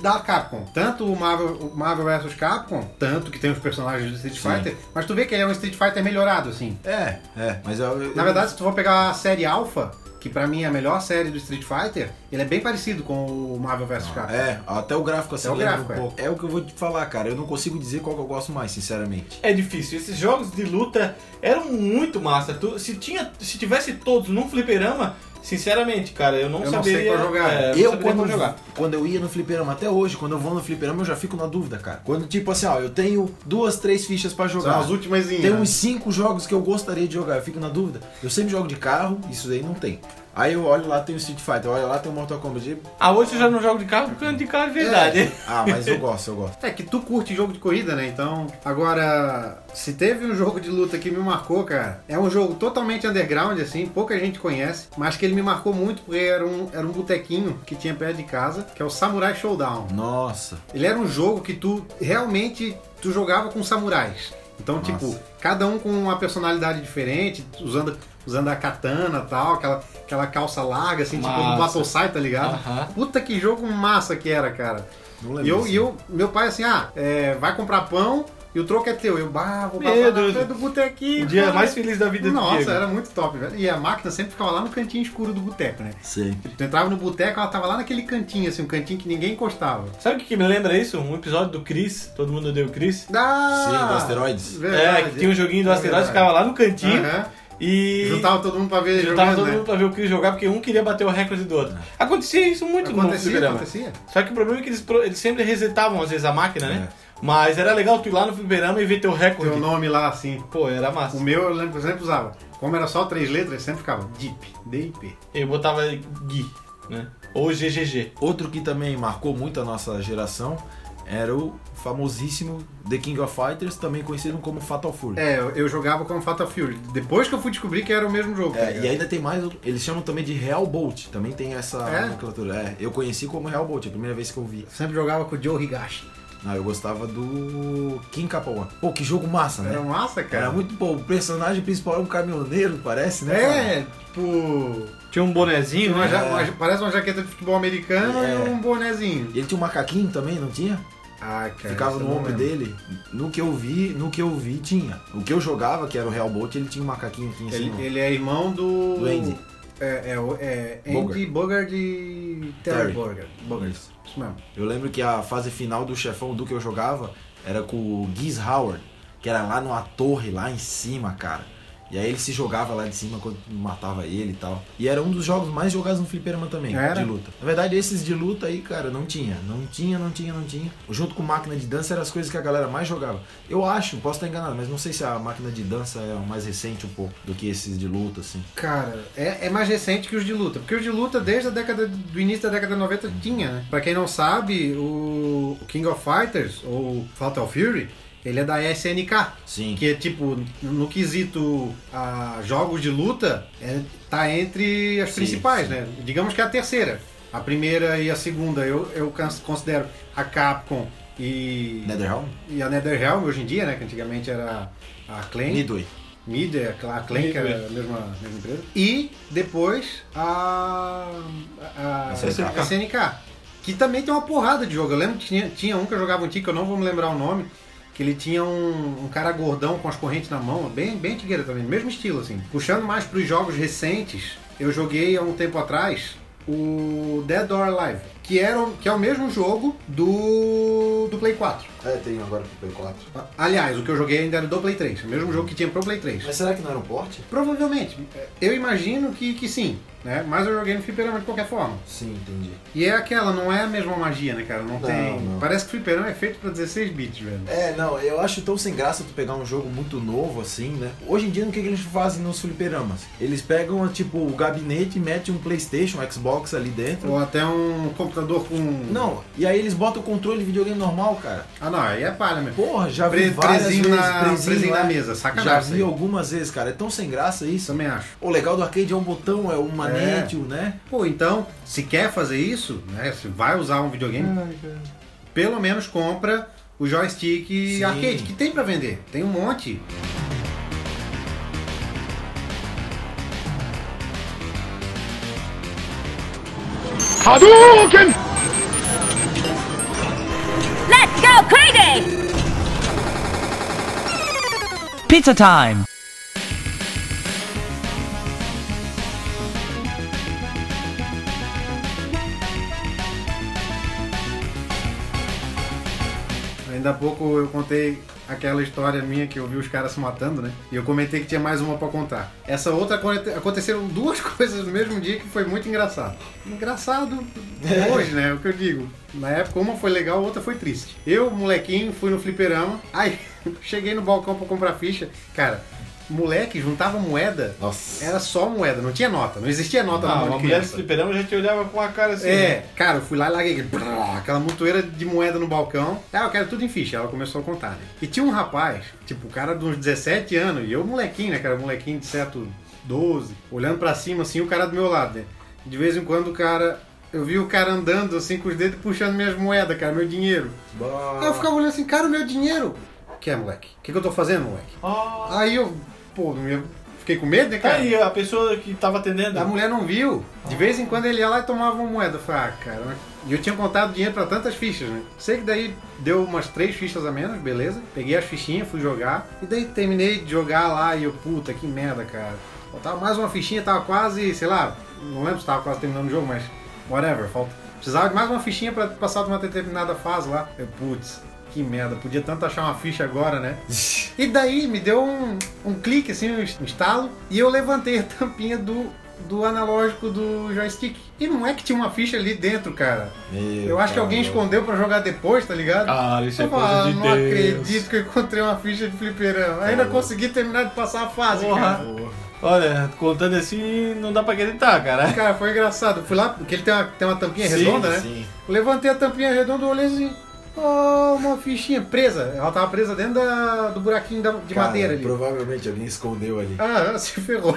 A: da Capcom. Tanto o Marvel, o Marvel vs Capcom, tanto que tem os personagens do Street
B: Sim.
A: Fighter. Mas tu vê que ele é um Street Fighter melhorado, assim.
B: É, é, mas eu, eu-
A: Na verdade, se tu for pegar a série Alpha, que pra mim é a melhor série do Street Fighter, ele é bem parecido com o Marvel vs Capcom.
B: É, até o gráfico assim
A: É o
B: lembra
A: gráfico,
B: um
A: é.
B: pouco. É. o que eu vou te falar, cara. Eu não consigo dizer qual que eu gosto mais, sinceramente.
C: É difícil. Esses jogos de luta eram muito massa. Tu- se, tinha, se tivesse todos num fliperama, sinceramente, cara, eu não
A: Eu não sei
C: saberia.
A: qual jogar.
C: é, não
B: eu,
C: saberia
B: quando,
C: qual jogar.
B: quando eu ia no fliperama, até hoje, quando eu vou no fliperama, eu já fico na dúvida, cara. Quando, tipo assim, ó, eu tenho duas, três fichas pra
A: São
B: jogar.
A: as últimas. né?
B: Tem uns cinco jogos que eu gostaria de jogar, eu fico na dúvida. Eu sempre jogo de carro, isso daí não tem. Aí eu olho lá, tem o Street Fighter, eu olho lá, tem o Mortal Kombat. e-
C: Ah, hoje eu já não jogo de carro porque eu ando de carro de verdade.
B: Ah, mas eu gosto, eu gosto.
A: É que tu curte jogo de corrida, né? Então, agora, se teve um jogo de luta que me marcou, cara, é um jogo totalmente underground, assim, pouca gente conhece, mas que ele me marcou muito porque era um, era um botequinho que tinha perto de casa, que é o Samurai Showdown.
B: Nossa.
A: Ele era um jogo que tu realmente tu jogava com samurais. Então,
B: Nossa.
A: tipo, cada um com uma personalidade diferente, usando, usando a katana e tal, aquela, aquela calça larga, assim, tipo do
C: Massa.
A: Battle Sai, tá ligado?
C: Aham.
A: Puta que jogo massa que era, cara.
B: Não lembro.
A: E eu,
B: assim.
A: e eu, meu pai assim, ah, é, vai comprar pão e o troco é teu. Eu, bah, vou
C: Meu
A: passar
C: Deus.
A: na frente do botequinho.
C: O dia
A: cara."
C: mais feliz da vida do
A: Nossa,
C: Diego.
A: era muito top, velho. E a máquina sempre ficava lá no cantinho escuro do boteco, né?
B: Sei.
A: Tu entrava no boteco, ela tava lá naquele cantinho, assim, um cantinho que ninguém encostava.
C: Sabe o que que me lembra isso? Um episódio do Chris, todo mundo odeia o Chris.
A: Ah,
B: Sim, do Asteroides.
A: verdade.
C: é, que tinha um joguinho do
A: É
C: asteroide,
A: verdade.
C: ficava lá no cantinho
A: Aham.
C: e.
A: Juntava todo mundo pra ver
C: juntava
A: jogando,
C: todo
A: né?
C: mundo pra ver o Chris jogar, porque um queria bater o recorde do outro. Acontecia isso muito no
A: Acontecia,
C: fliperama.
A: acontecia.
C: Só que o problema é que eles, pro- eles sempre resetavam, às vezes, a máquina, né?
B: É.
C: Mas era legal tu ir lá no fliperama e ver teu recorde.
A: Teu nome lá, assim.
C: Pô, era massa.
A: O meu, eu lembro que eu sempre usava. Como era só três letras, sempre ficava DIP, DIP.
C: Eu botava Gui, né? Ou GGG.
B: Outro que também marcou muito a nossa geração era o famosíssimo The King of Fighters, também conhecido como Fatal Fury.
A: É, eu, eu jogava como Fatal Fury. Depois que eu fui descobrir que era o mesmo jogo. tá
B: É,
A: ligado?
B: e ainda tem mais, outro- eles chamam também de Real Bolt, também tem essa
A: É?
B: nomenclatura. É, eu conheci como Real Bolt, a primeira vez que eu vi.
A: Sempre jogava com o Joe Higashi.
B: Ah, eu gostava do King Capoan. Pô, que jogo massa, né?
A: Era massa, É um cara.
B: Era muito bom. O personagem principal era um caminhoneiro, parece, né? cara?
A: É, tipo.
C: Tinha um bonezinho,
A: uma
C: né?
A: ja- uma ja- parece uma jaqueta de futebol americano
B: É.
A: e um bonezinho.
B: E ele tinha um macaquinho também, não tinha?
A: Ah, cara.
B: Ficava
A: isso eu
B: no
A: não
B: ombro
A: lembro.
B: dele. No que eu vi, no que eu vi tinha. O que eu jogava, que era o Real Bolt, ele tinha um macaquinho aqui em cima.
A: Ele, ele é irmão do.
B: Do Andy.
A: É, é, o- é Andy Bogard e Terry
B: Terry.
A: Bogard. Bogard.
B: Isso.
A: Isso. mesmo.
B: Eu lembro que a fase final do chefão do que eu jogava era com o Giz Howard, que era lá numa torre, lá em cima, cara. E aí ele se jogava lá de cima quando tu matava ele e tal. E era um dos jogos mais jogados no fliperama também,
A: Era?
B: de luta. Na verdade, esses de luta aí, cara, não tinha. Não tinha, não tinha, não tinha. Junto com máquina de dança eram as coisas que a galera mais jogava. Eu acho, posso estar enganado, mas não sei se a máquina de dança é a mais recente um pouco do que esses de luta, assim.
A: Cara, é, é mais recente que os de luta. Porque os de luta, desde a década do início da década de 90, tinha, né? Pra quem não sabe, o King of Fighters, ou Fatal Fury, ele é da SNK.
B: Sim.
A: Que é tipo, no quesito a jogos de luta, é, tá entre as
B: Sim,
A: principais,
B: sim.
A: né? Digamos que é a terceira. A primeira e a segunda eu, eu cons- considero a Capcom e,
B: Netherrealm?
A: e a NetherRealm hoje em dia, né? Que antigamente era a Acclaim.
B: Midway.
A: Media, é a Acclaim, que era a mesma, a mesma empresa. E depois a, a, a
B: SNK.
A: a SNK. Que também tem uma porrada de jogo. Eu lembro que tinha, tinha um que eu jogava antigo, que eu não vou me lembrar o nome, que ele tinha um, um cara gordão com as correntes na mão, bem, bem antigueira também, mesmo estilo assim. Puxando mais para os jogos recentes, eu joguei há um tempo atrás o Dead or Alive, que, era, o- que é o mesmo jogo do, do Play 4.
B: É, tem agora pro Play 4.
A: Aliás, o que eu joguei ainda era do Play 3, o mesmo jogo que tinha pro Play 3.
B: Mas será que não era um porte?
A: Provavelmente. Eu imagino que, que sim, né? Mas eu joguei no fliperama de qualquer forma.
B: Sim, entendi.
A: E é aquela, não é a mesma magia, né, cara? Não,
B: Não,
A: tem.
B: não.
A: Parece que o fliperama é feito pra 16 bits, velho.
B: É, não, eu acho tão sem graça tu pegar um jogo muito novo assim, né? Hoje em dia, o que, que eles fazem nos fliperamas? Eles pegam, tipo, o gabinete e metem um PlayStation, um Xbox ali dentro.
A: Ou até um computador com.
B: Não, e aí eles botam o controle de videogame normal, cara.
A: Ah, não, aí é palha mesmo.
B: Porra, já vi
A: Pre-
B: várias
A: presinho
B: vezes.
A: na- presinho na
B: é.
A: mesa, sacanagem
B: Já
A: isso
B: vi
A: aí.
B: algumas vezes, cara. É tão sem graça isso.
A: Também acho.
B: O legal do arcade é um botão, é um manete, né?
A: Pô, então, se quer fazer isso, né? Se vai usar um videogame, pelo menos compra o joystick
B: Sim.
A: arcade, que tem pra vender. Tem um monte.
D: Let's go crazy!
E: Pizza time!
A: Ainda há pouco eu contei aquela história minha que eu vi os caras se matando, né? E eu comentei que tinha mais uma pra contar. Essa outra aconte- aconteceram duas coisas no mesmo dia que foi muito engraçado. Engraçado hoje, né? É o que eu digo. Na época uma foi legal, a outra foi triste. Eu, molequinho, fui no fliperama, aí cheguei no balcão pra comprar ficha. Cara, moleque juntava moeda,
B: Nossa.
A: era só moeda, não tinha nota, não existia nota na
C: Ah,
A: mão
C: uma
A: de
C: mulher de
A: criança.
C: fliperama já te olhava com a cara assim.
A: um É, cara, eu fui lá e larguei aquele brrr, aquela montoeira de moeda no balcão. Ah, eu quero tudo em ficha. Ela começou a contar, né? E tinha um rapaz, tipo, o cara de uns 17 anos, e eu molequinho, né, cara? Molequinho de certo 12, olhando pra cima, assim, o cara do meu lado, né? De vez em quando o cara. Eu vi o cara andando assim com os dedos e puxando minhas moedas, cara, meu dinheiro. Aí eu ficava olhando assim, cara, o meu dinheiro. O que é, moleque? O que, que eu tô fazendo, moleque?
C: Ah,
A: Aí eu, pô, não ia- fiquei com medo, né,
C: tá
A: cara?
C: aí, a pessoa que tava atendendo.
A: A mulher não viu. De vez em quando ele ia lá e tomava uma moeda. Eu falei, ah, cara. né? E eu tinha contado dinheiro pra tantas fichas, né? Sei que daí deu umas três fichas a menos, beleza. Peguei as fichinhas, fui jogar. E daí terminei de jogar lá e eu, puta, que merda, cara. Faltava mais uma fichinha, tava quase, sei lá, não lembro se tava quase terminando o jogo, mas whatever, falta. Precisava de mais uma fichinha pra passar de uma determinada fase lá. Eu, putz, que merda, podia tanto achar uma ficha agora, né? E daí me deu um, um clique, assim, um estalo, e eu levantei a tampinha do, do analógico do joystick. E não é que tinha uma ficha ali dentro, cara. eu acho que alguém escondeu pra jogar depois, tá ligado?
C: Ah, isso é
A: eu falo,
C: coisa de
A: não
C: Deus.
A: acredito que eu encontrei uma ficha de fliperama. Ainda consegui terminar de passar a fase, cara.
C: Porra. Olha, contando assim, não dá pra acreditar, cara.
A: Cara, foi engraçado. Eu Fui lá, porque ele tem uma, tem uma tampinha
C: Sim,
A: redonda, né?
B: Sim.
A: Levantei a tampinha redonda, olhei assim. Ó, uma fichinha presa. Ela tava presa dentro da- do buraquinho da- de
B: Cara,
A: madeira ali.
B: Provavelmente alguém escondeu ali.
A: Ah, se ferrou.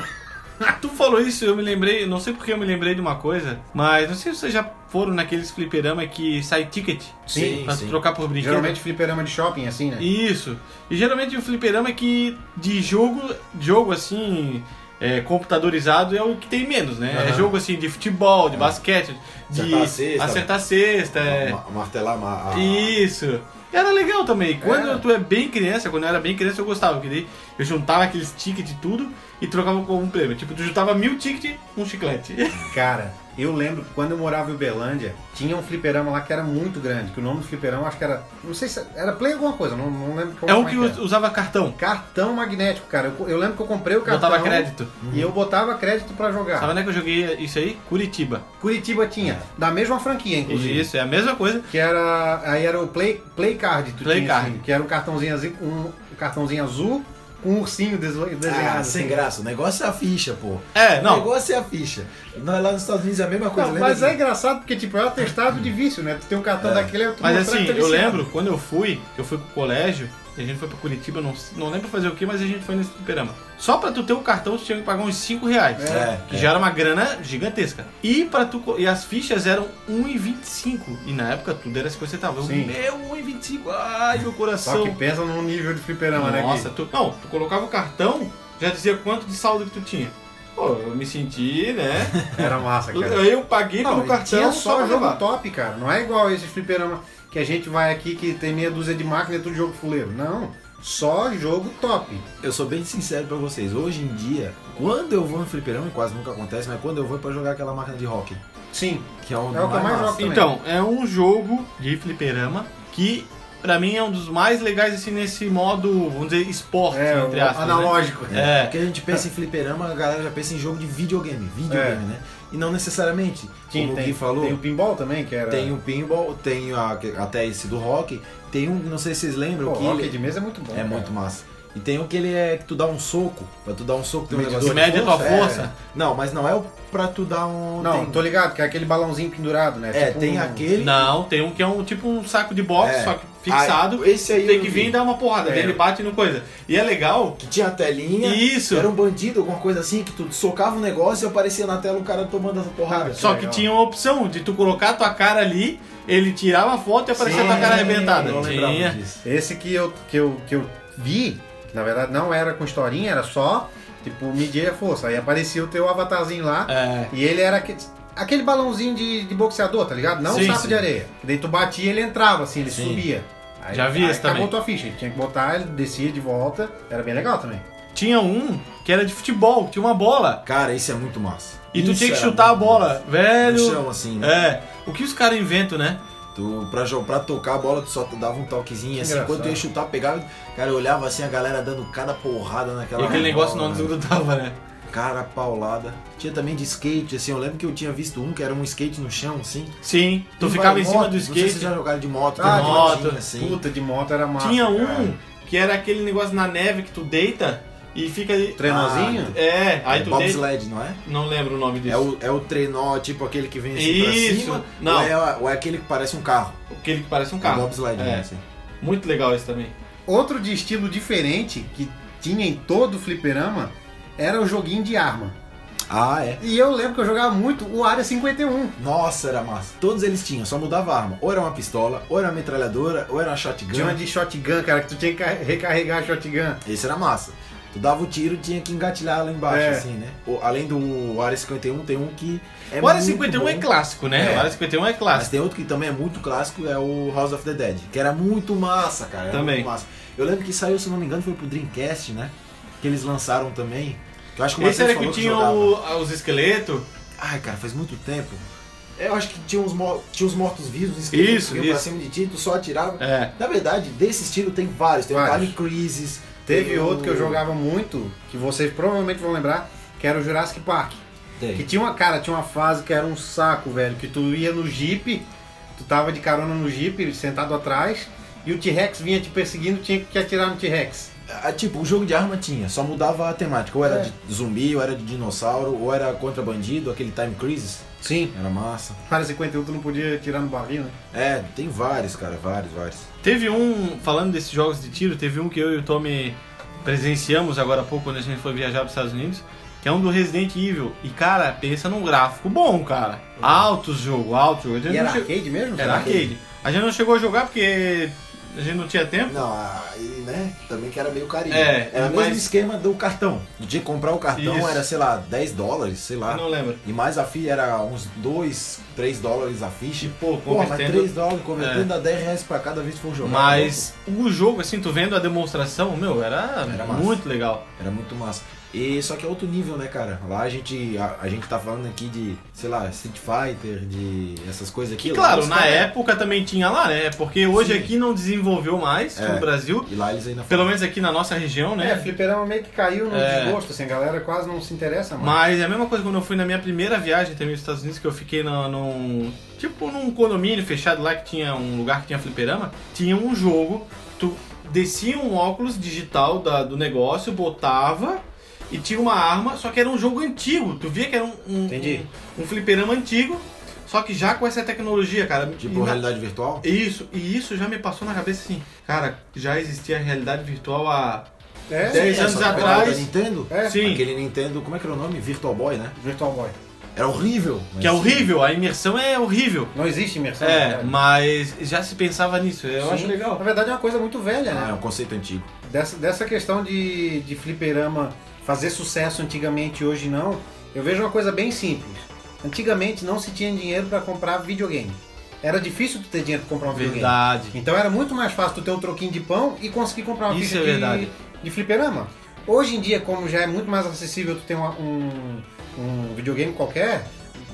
C: Tu falou isso, eu me lembrei, não sei porque eu me lembrei de uma coisa, mas não sei se vocês já foram naqueles fliperama que sai ticket
B: Sim,
C: pra
B: sim.
C: trocar por brinquedo.
A: Geralmente fliperama de shopping, assim, né?
C: Isso. E geralmente o fliperama é que de jogo, jogo assim, é, computadorizado é o que tem menos, né? É
A: Aham. É.
C: jogo assim de futebol, de basquete, de
B: Acertar a cesta.
C: acertar a cesta,
A: né?
C: é.
B: Ma- Martelar ma- a...
C: Isso. Era legal também. Quando
A: Era.
C: tu é bem criança, quando eu era bem criança, eu gostava, porque daí eu juntava aqueles tickets de tudo e trocava com um prêmio. Tipo, tu juntava mil tickets, um chiclete.
A: Cara, eu lembro que quando eu morava em Uberlândia, tinha um fliperama lá que era muito grande, que o nome do fliperama acho que era. Não sei se era Play alguma coisa, não, não lembro como
C: É um
A: como
C: que
A: era.
C: us- usava cartão.
A: Cartão magnético, cara. Eu, co- eu lembro que eu comprei o cartão.
C: Botava crédito.
A: E eu botava crédito pra jogar.
C: Sabe onde é que eu joguei isso aí? Curitiba.
A: Curitiba tinha, da mesma franquia, inclusive.
C: Isso, é a mesma coisa.
A: Que era. Aí era o Play, play Card, tu
C: Play
A: tinha,
C: Card.
A: assim, que era um cartãozinho, azi- um, um cartãozinho azul com um ursinho deso- desenhado.
B: Ah, sem
A: assim.
B: graça. O negócio é a ficha, pô.
C: É,
B: O
C: não.
B: negócio é a ficha. Nós lá nos Estados Unidos é a mesma coisa.
A: Não,
B: lembra
A: mas
B: que-
A: é engraçado porque, tipo, é um atestado de vício, né? Tu tem um cartão
B: É.
A: daquele, tu
C: Mas
A: mostra
C: assim,
A: que tá
C: eu
A: viciado.
C: lembro, quando eu fui, eu fui pro colégio, e a gente foi pra Curitiba, não, não lembro fazer o que, mas a gente foi nesse fliperama. Só pra tu ter o cartão, tu tinha que pagar uns 5 reais.
B: É,
C: que
B: é.
C: já era uma grana gigantesca. E para tu co- e as fichas eram 1,25. E na época tudo era 50 centavos.
A: Sim.
C: Meu 1,25. Ai, meu
A: Só
C: Um coração.
A: que pensa num nível de fliperama, né?
C: Nossa,
A: Gui?
C: tu, não, tu colocava o cartão, já dizia quanto de saldo que tu tinha. Pô, eu me senti, né?
A: Era massa, cara.
C: Aí eu paguei
A: Tá Não,
C: pelo
A: e
C: cartão
A: tinha só
C: pra
A: jogo
C: levar.
A: top, cara. Não é igual esses fliperama que a gente vai aqui que tem meia dúzia de máquina e é tudo jogo fuleiro. Não. Só jogo top.
B: Eu sou bem sincero pra vocês. Hoje em dia, quando eu vou no fliperama, e quase nunca acontece, mas quando eu vou é pra jogar aquela máquina de rock.
A: Sim.
B: Que é, um
A: É o que eu mais
B: massa.
A: jogo também.
C: Então, é um jogo de fliperama que pra mim, é um dos mais legais, assim, nesse modo, vamos dizer, esporte,
A: É,
C: entre aspas. né?
A: analógico.
C: É.
B: Porque a gente pensa em fliperama, a galera já pensa em jogo de videogame, videogame,
A: É.
B: né? E não necessariamente.
A: Sim,
B: como o é.
A: tem,
B: Gui falou,
A: tem o pinball também, que era.
B: Tem um o pinball, tem a- até esse do rock, tem um, não sei se vocês
A: Pô,
B: lembram,
A: o
B: que
A: hockey
B: ele-
A: de mesa é muito bom.
B: é
A: cara.
B: muito massa. E tem o que ele é que tu dá um soco, pra tu dar um soco tem um
A: Medidor
B: negócio.
A: de
C: Mede a tua
B: é.
C: força.
B: Não, mas não é o pra tu dar um.
A: Não,
B: tem-
A: tô ligado, que é aquele balãozinho pendurado, né?
B: É,
A: Tipo
B: tem
A: um-
B: aquele.
C: Não, tem um que é um tipo um saco de boxe,
B: É.
C: só que fixado.
B: Ah, esse aí eu
C: tem
B: não
C: que
B: vi.
C: vir e dar uma porrada.
A: É.
C: Daí ele bate no coisa. E é legal.
B: Que tinha a telinha.
C: Isso.
B: Era um bandido, alguma coisa assim, que tu socava um negócio e aparecia na tela o cara tomando essa porrada.
C: Só que
A: legal.
C: tinha uma opção de tu colocar a tua cara ali, ele tirava a foto e aparecia
B: Sim,
C: tá a tua cara arrebentada.
B: eu não lembrava
C: Tinha.
B: disso.
A: Esse que eu, que, eu, que eu vi, que na verdade não era com historinha, era só, tipo, medir a força. Aí aparecia o teu avatarzinho lá,
C: É.
A: e ele era aquele, aquele balãozinho de, de boxeador, tá ligado? Não
C: Sim,
A: um saco
C: sim.
A: de areia. Que daí tu batia e ele entrava, assim, ele
B: Sim.
A: subia. Aí,
C: Já vi
A: aí
C: esse
A: acabou
C: também.
A: tua ficha, tinha que botar, ele descia de volta, era bem legal também.
C: Tinha um que era de futebol, tinha uma bola.
B: Cara, isso é muito massa.
C: E tu
B: Isso
C: tinha que
B: era
C: chutar a
B: muito
C: bola.
B: massa.
C: Velho.
B: No chão, assim, né?
C: É. O que os caras inventam, né?
B: Tu, pra, jo- pra tocar a bola, tu só dava um toquezinho, assim,
A: Engraçado.
B: enquanto tu ia chutar, pegava. Cara, eu olhava assim a galera dando cada porrada naquela.
C: E aquele negócio
B: bola,
C: não
B: né?
C: desgrudava, né?
B: Cara, paulada. Tinha também de skate, assim, eu lembro que eu tinha visto um que era um skate no chão, assim.
C: Sim. Tu
B: Tem
C: ficava em
B: várias
C: cima
B: motos,
C: do
B: Não sei se
C: skate.
B: vocês já jogaram de moto,
A: Ah,
B: tem
A: de
B: motinha,
C: moto.
B: assim.
A: Puta, de moto era massa.
C: Tinha um
A: cara.
C: que era aquele negócio na neve que tu deita e fica ali.
A: Trenozinho?
C: É, aí
B: é
C: tu deita.
B: bobsled, não é?
C: Não lembro o nome disso.
B: É o, é o trenó, tipo aquele que vem assim pra
C: Isso.
B: cima.
C: Não.
B: Ou é, ou é aquele que parece um carro.
C: Aquele que parece um
B: É
C: carro.
B: bobsled,
C: É.
B: né? Assim.
C: Muito legal esse também.
A: Outro de estilo diferente que tinha em todo o fliperama era o joguinho de arma.
B: Ah, é.
A: E eu lembro que eu jogava muito o Área 51.
B: Nossa, era massa. Todos eles tinham, só mudava a arma. Ou era uma pistola, ou era uma metralhadora, ou era uma shotgun.
A: Tinha uma de shotgun, cara, que tu tinha que ca- recarregar a shotgun.
B: Esse era massa. Tu dava o tiro, tinha que engatilhar lá embaixo,
A: É.
B: assim, né? O- além do Área 51, tem um que é
C: o Área
B: muito
C: 51
B: bom,
C: é clássico, né?
B: É.
C: O Área 51 é
B: Mas
C: clássico.
B: tem outro que também é muito clássico, é o House of the Dead, que era muito massa, cara. era
C: Também.
B: muito massa. Eu lembro que saiu, se não me engano, foi pro Dreamcast, né? Que eles lançaram também. Que eu acho que o
C: Esse
B: Matheus
C: era que
B: falou
C: tinha
B: jogava.
C: o- os esqueletos.
B: Ai, cara, faz muito tempo. Eu acho que tinha uns, mor- tinha uns mortos-vivos, uns esqueletos
C: Isso,
B: que vinham pra
C: isso.
B: cima de ti, tu só atirava.
C: É.
B: Na verdade, desse estilo tem vários. Tem
A: Vários.
B: o Valley Crisis.
A: Teve
B: tem o-
A: outro que eu jogava muito, que vocês provavelmente vão lembrar, que era o Jurassic Park.
B: Tem.
A: Que tinha uma, cara, tinha uma fase que era um saco, velho, que tu ia no Jeep, tu tava de carona no Jeep, sentado atrás, e o T-Rex vinha te perseguindo, tinha que atirar no T-Rex.
B: Ah, Tipo, o jogo de arma tinha, só mudava a temática. Ou era de zumbi, ou era de dinossauro, ou era contra bandido, aquele Time Crisis.
A: Sim.
B: Era massa.
A: Área 51 tu não podia atirar no barril, né?
B: É, tem vários, cara, vários, vários.
C: Teve um, falando desses jogos de tiro, teve um que eu e o Tommy presenciamos agora há pouco quando a gente foi viajar para os Estados Unidos, que é um do Resident Evil. E cara, pensa num gráfico bom, cara. Altos jogo, alto jogo. A gente
A: E
C: não
A: era
C: che-
A: arcade mesmo?
C: era arcade. A gente não chegou a jogar porque a gente não tinha tempo.
B: Não, aí, né? Também que era meio carinho.
C: É,
B: era o
C: mas-
B: mesmo esquema do cartão. Tu tinha que comprar o cartão,
C: Isso.
B: era, sei lá, 10 dólares, sei lá.
C: Eu não lembro.
B: E mais a ficha era uns 2, 3 dólares a ficha.
C: Pô,
B: Pô, mas
C: convertendo É.
B: 3 dólares convertendo a 10 reais pra cada vez que for jogar. é
C: Mas o jogo, assim, tu vendo a demonstração, meu, era,
B: Era massa.
C: muito legal.
B: Era muito massa. E só que é outro nível, né, cara? Lá a gente, a, a gente tá falando aqui de, sei lá, Street Fighter, de essas coisas aqui.
C: E
B: Lá
C: claro,
B: os
C: na
B: cara-
C: época também tinha lá, né? Porque hoje
B: né? Sim.
C: aqui não desenvolveu mais
B: É.
C: no Brasil.
B: E lá eles ainda
C: Pelo menos aqui na nossa região,
A: É,
C: né?
A: fliperama meio que caiu no
C: É.
A: desgosto, assim, a galera quase não se interessa mais.
C: Mas é a mesma coisa quando eu fui na minha primeira viagem também nos Estados Unidos, que eu fiquei na- num. Tipo num condomínio fechado lá que tinha um lugar que tinha fliperama. Tinha um jogo, tu descia um óculos digital da- do negócio, botava e tinha uma arma, só que era um jogo antigo. Tu via que era um, um,
A: Entendi.
C: um, um fliperama antigo, só que já com essa tecnologia, cara.
B: Tipo,
C: E na-
B: realidade virtual?
C: Isso, e isso já me passou na cabeça assim, cara, já existia a realidade virtual há.
A: É,
C: Dez
A: é,
C: anos
A: só-
C: atrás.
B: Da Nintendo?
A: É.
C: Sim.
B: Aquele Nintendo, como é que era o nome? Virtual Boy, né?
A: Virtual Boy.
B: Era horrível. mas
C: Que é
B: sim.
C: horrível, a imersão é horrível.
A: Não existe imersão. né, na
C: É,
A: verdade.
C: mas já se pensava nisso, eu
A: Sim.
C: acho legal.
A: Na verdade é uma coisa muito velha,
B: Ah, é
A: né?
B: um conceito antigo.
A: Dessa, dessa questão de, de fliperama fazer sucesso antigamente e hoje não, eu vejo uma coisa bem simples. Antigamente não se tinha dinheiro para comprar videogame. Era difícil tu ter dinheiro pra comprar um videogame.
C: Verdade.
A: Então era muito mais fácil tu ter um troquinho de pão e conseguir comprar uma
C: Isso
A: ficha
C: é
A: de-
C: verdade.
A: de, fliperama. Hoje em dia, como já é muito mais acessível tu ter uma- um, um videogame qualquer,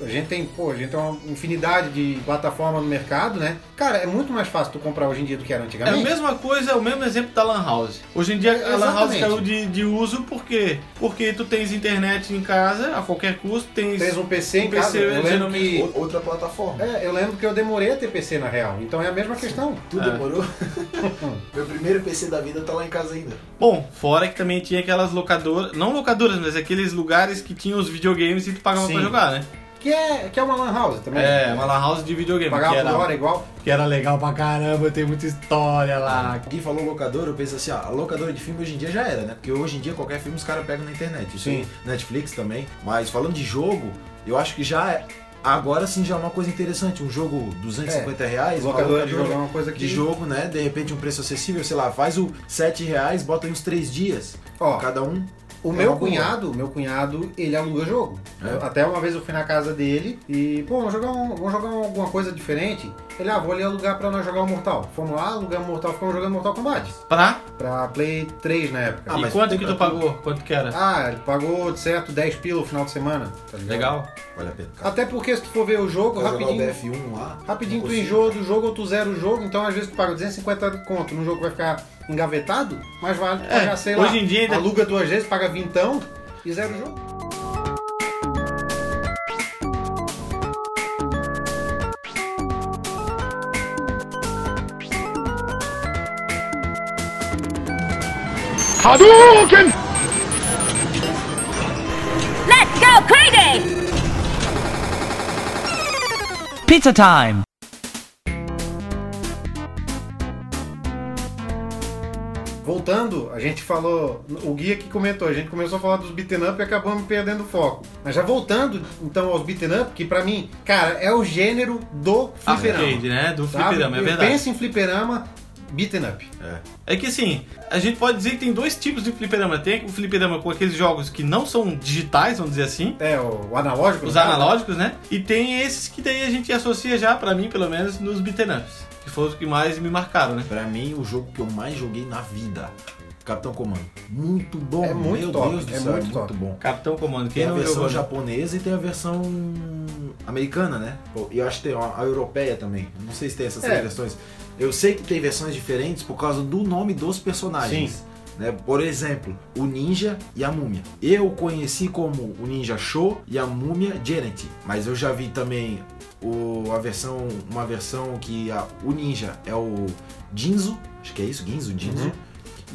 A: A gente tem, pô, a gente tem uma infinidade de plataformas no mercado, né? Cara, é muito mais fácil tu comprar hoje em dia do que era
C: É a
A: antigamente.
C: mesma coisa, é o mesmo exemplo da Lan House. Hoje em dia a Lan House
A: Exatamente.
C: caiu de, de uso por quê? Porque tu tens internet em casa a qualquer custo, tens.
A: Tens um PC em
C: Um
A: casa,
C: PC
A: eu lembro
C: geralmente
A: que...
B: Ou- Outra plataforma.
A: É, eu lembro que eu demorei a ter PC na real, então é a mesma questão.
B: Tu
C: É.
B: demorou? Meu primeiro PC da vida tá lá em casa ainda.
C: Bom, fora que também tinha aquelas locadoras. Não locadoras, mas aqueles lugares que tinham os videogames e tu pagava
A: Sim.
C: pra jogar, né?
A: Que é, que é uma lan house também.
C: É, uma lan house de videogame.
A: Pagar
C: Que
A: por
C: era,
A: hora é igual.
C: que era legal pra caramba, tem muita história lá.
A: Ah.
B: Quem falou locadora, eu penso assim, ó, a locadora de filme hoje em dia já era, né? Porque hoje em dia qualquer filme os caras pegam na internet. Isso
A: Sim.
B: aí, Netflix também. Mas falando de jogo, eu acho que já é. Agora sim já é uma coisa interessante. Um jogo 250 reais, uma
A: Locadora É, de jogo é uma coisa que.
B: de jogo, né? De repente um preço acessível, sei lá, faz o R$ 7 reais, bota aí uns 3 dias.
A: Ó,
B: Cada um.
A: O
B: É
A: meu
B: uma boa.
A: cunhado, meu cunhado, ele aluga jogo.
B: É.
A: Eu- Até uma vez eu fui na casa dele e, pô, vamos jogar, um- vamos jogar um- alguma coisa diferente. Ele, ah, vou ali alugar pra nós jogar o Mortal. Fomos lá, alugamos o Mortal, ficamos jogando Mortal Kombat.
C: Pra?
A: Pra Play 3 na época.
B: Ah,
C: e
B: mas
C: quanto
B: tem
C: que
B: pra
C: tu pagou? Quanto que era?
A: Ah, ele pagou, de certo, 10 pila no final de semana. tá ligado?
C: Legal.
B: Olha a pena. cara.
A: Até porque se tu for ver o jogo,
B: Vai jogar o
A: rapidinho...
B: BF1 lá.
A: Rapidinho tu
B: não consigo.
A: enjoa do jogo ou tu zera o jogo, então às vezes tu paga 250 conto num jogo que vai ficar engavetado, mas vale tu
C: É,
A: pagar, sei
C: hoje
A: lá,
C: em dia ainda-
A: aluga duas vezes, paga vintão e zera o jogo.
D: Let's go crazy!
E: Pizza time!
A: Voltando, a gente falou, o guia que comentou, a gente começou a falar dos beaten up e acabamos perdendo o foco. Mas já voltando então aos beaten up, que pra mim, cara, é o gênero do Ah,
B: Ah,
A: fliperama.
C: Arcade, né? Do
A: sabe?
C: fliperama, é
A: Eu
C: verdade.
A: Pensa em fliperama, beaten up.
C: É que assim, a gente pode dizer que tem dois tipos de fliperama. Tem o fliperama com aqueles jogos que não são digitais, vamos dizer assim.
A: É, o analógico.
C: Os
A: no caso.
C: analógicos, né? E tem esses que daí a gente associa já, pra mim pelo menos, nos beaten ups. Que foram os que mais me marcaram, né?
B: Pra mim, o jogo que eu mais joguei na vida. Capitão Comando. Muito bom.
A: É muito
B: Meu
A: top,
B: Deus do
A: é
B: céu,
A: muito
B: muito,
A: top.
B: bom.
C: Capitão Comando,
B: Tem
C: quem
B: a
C: não
B: versão
C: jogou? né?
B: japonesa e tem a versão americana, né? Pô, E eu acho que tem a, a europeia também. Não sei se tem essas três
A: É.
B: versões. Eu sei que tem versões diferentes por causa do nome dos personagens.
A: Sim.
B: Né? Por exemplo, o Ninja e a Múmia. Eu conheci como o Ninja Show e a Múmia Gerent. Mas eu já vi também o, a versão, uma versão que a- o Ninja é o Jinzo, acho que é isso, Ginzo, Jinzo.
A: Uhum.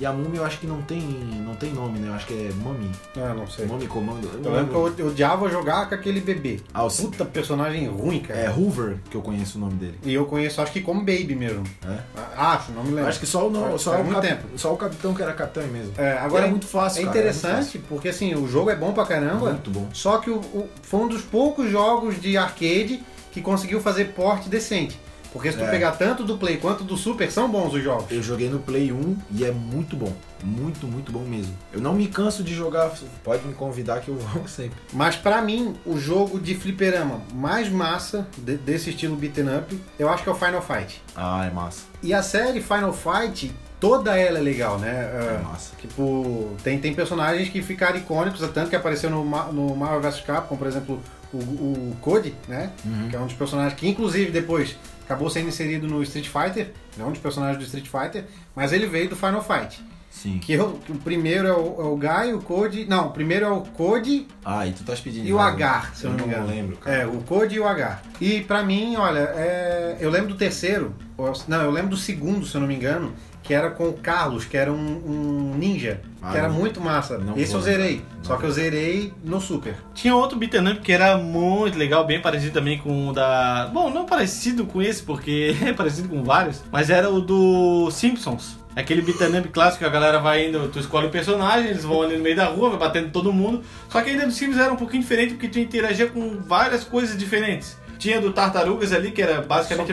B: E a Múmia eu acho que não tem, não tem nome, né? Eu acho que é Mami.
A: Ah, não sei. Então,
B: Mami Comando. não
A: Eu lembro que eu odiava jogar com aquele bebê.
B: Ah, o Sid-
A: Puta personagem ruim, cara.
B: é Hoover que eu conheço o nome dele.
A: E eu conheço, acho que como Baby mesmo.
B: É?
A: A- Acho, não me
B: Eu
A: lembro.
B: Acho que só o nome,
A: Faz-
B: só,
A: faz
B: o
A: muito
B: cap-
A: tempo.
B: só o capitão que era capitão aí mesmo.
A: É, agora
B: é muito fácil,
A: É
B: cara, é muito
A: interessante, porque assim, o jogo é bom pra caramba.
B: Muito bom.
A: Só que o, o- foi um dos poucos jogos de arcade que conseguiu fazer porte decente. Porque se tu
B: É.
A: pegar tanto do Play quanto do Super, são bons os jogos.
B: Eu joguei no Play 1 e é muito bom. Muito, muito bom mesmo. Eu não me canso de jogar, pode me convidar que eu vou sempre.
A: Mas pra mim, o jogo de fliperama mais massa de- desse estilo beaten up, eu acho que é o Final Fight.
B: Ah, é massa.
A: E a série Final Fight, toda ela é legal, né?
B: É
A: Ah,
B: massa.
A: Tipo, tem, tem personagens que ficaram icônicos, tanto que apareceu no, Ma- no Marvel vs Capcom, por exemplo, o, o Cody, né? Que é um dos personagens que, inclusive, depois acabou sendo inserido no Street Fighter, ele é um dos personagens do Street Fighter, mas ele veio do Final Fight.
B: Sim.
A: Que eu- que o primeiro é o, é o Guy, o Cody. Não, o primeiro é o Cody
B: Ah, e tu tá pedindo.
A: e o
B: né?
A: H, se eu não me engano.
B: lembro, cara.
A: É, o Code e o H. E pra mim, olha, é, eu lembro do terceiro, ou- não, eu lembro do segundo, se eu não me engano, que era com o Carlos, que era um, um ninja,
B: Ah,
A: que era
B: não.
A: muito massa.
B: Não
A: Esse eu
B: vou
A: zerei,
B: lembrar. Não
A: só que eu zerei no Super.
C: Tinha outro beat'em up que era muito legal, bem parecido também com o da... Bom, não parecido com esse, porque é parecido com vários, mas era o do Simpsons. É Aquele beat'em up clássico que a galera vai indo, tu escolhe o personagem, eles vão ali no meio da rua, vai batendo todo mundo. Só que ainda do Simpsons era um pouquinho diferente, porque tu interagia com várias coisas diferentes. Tinha do Tartarugas ali, que era basicamente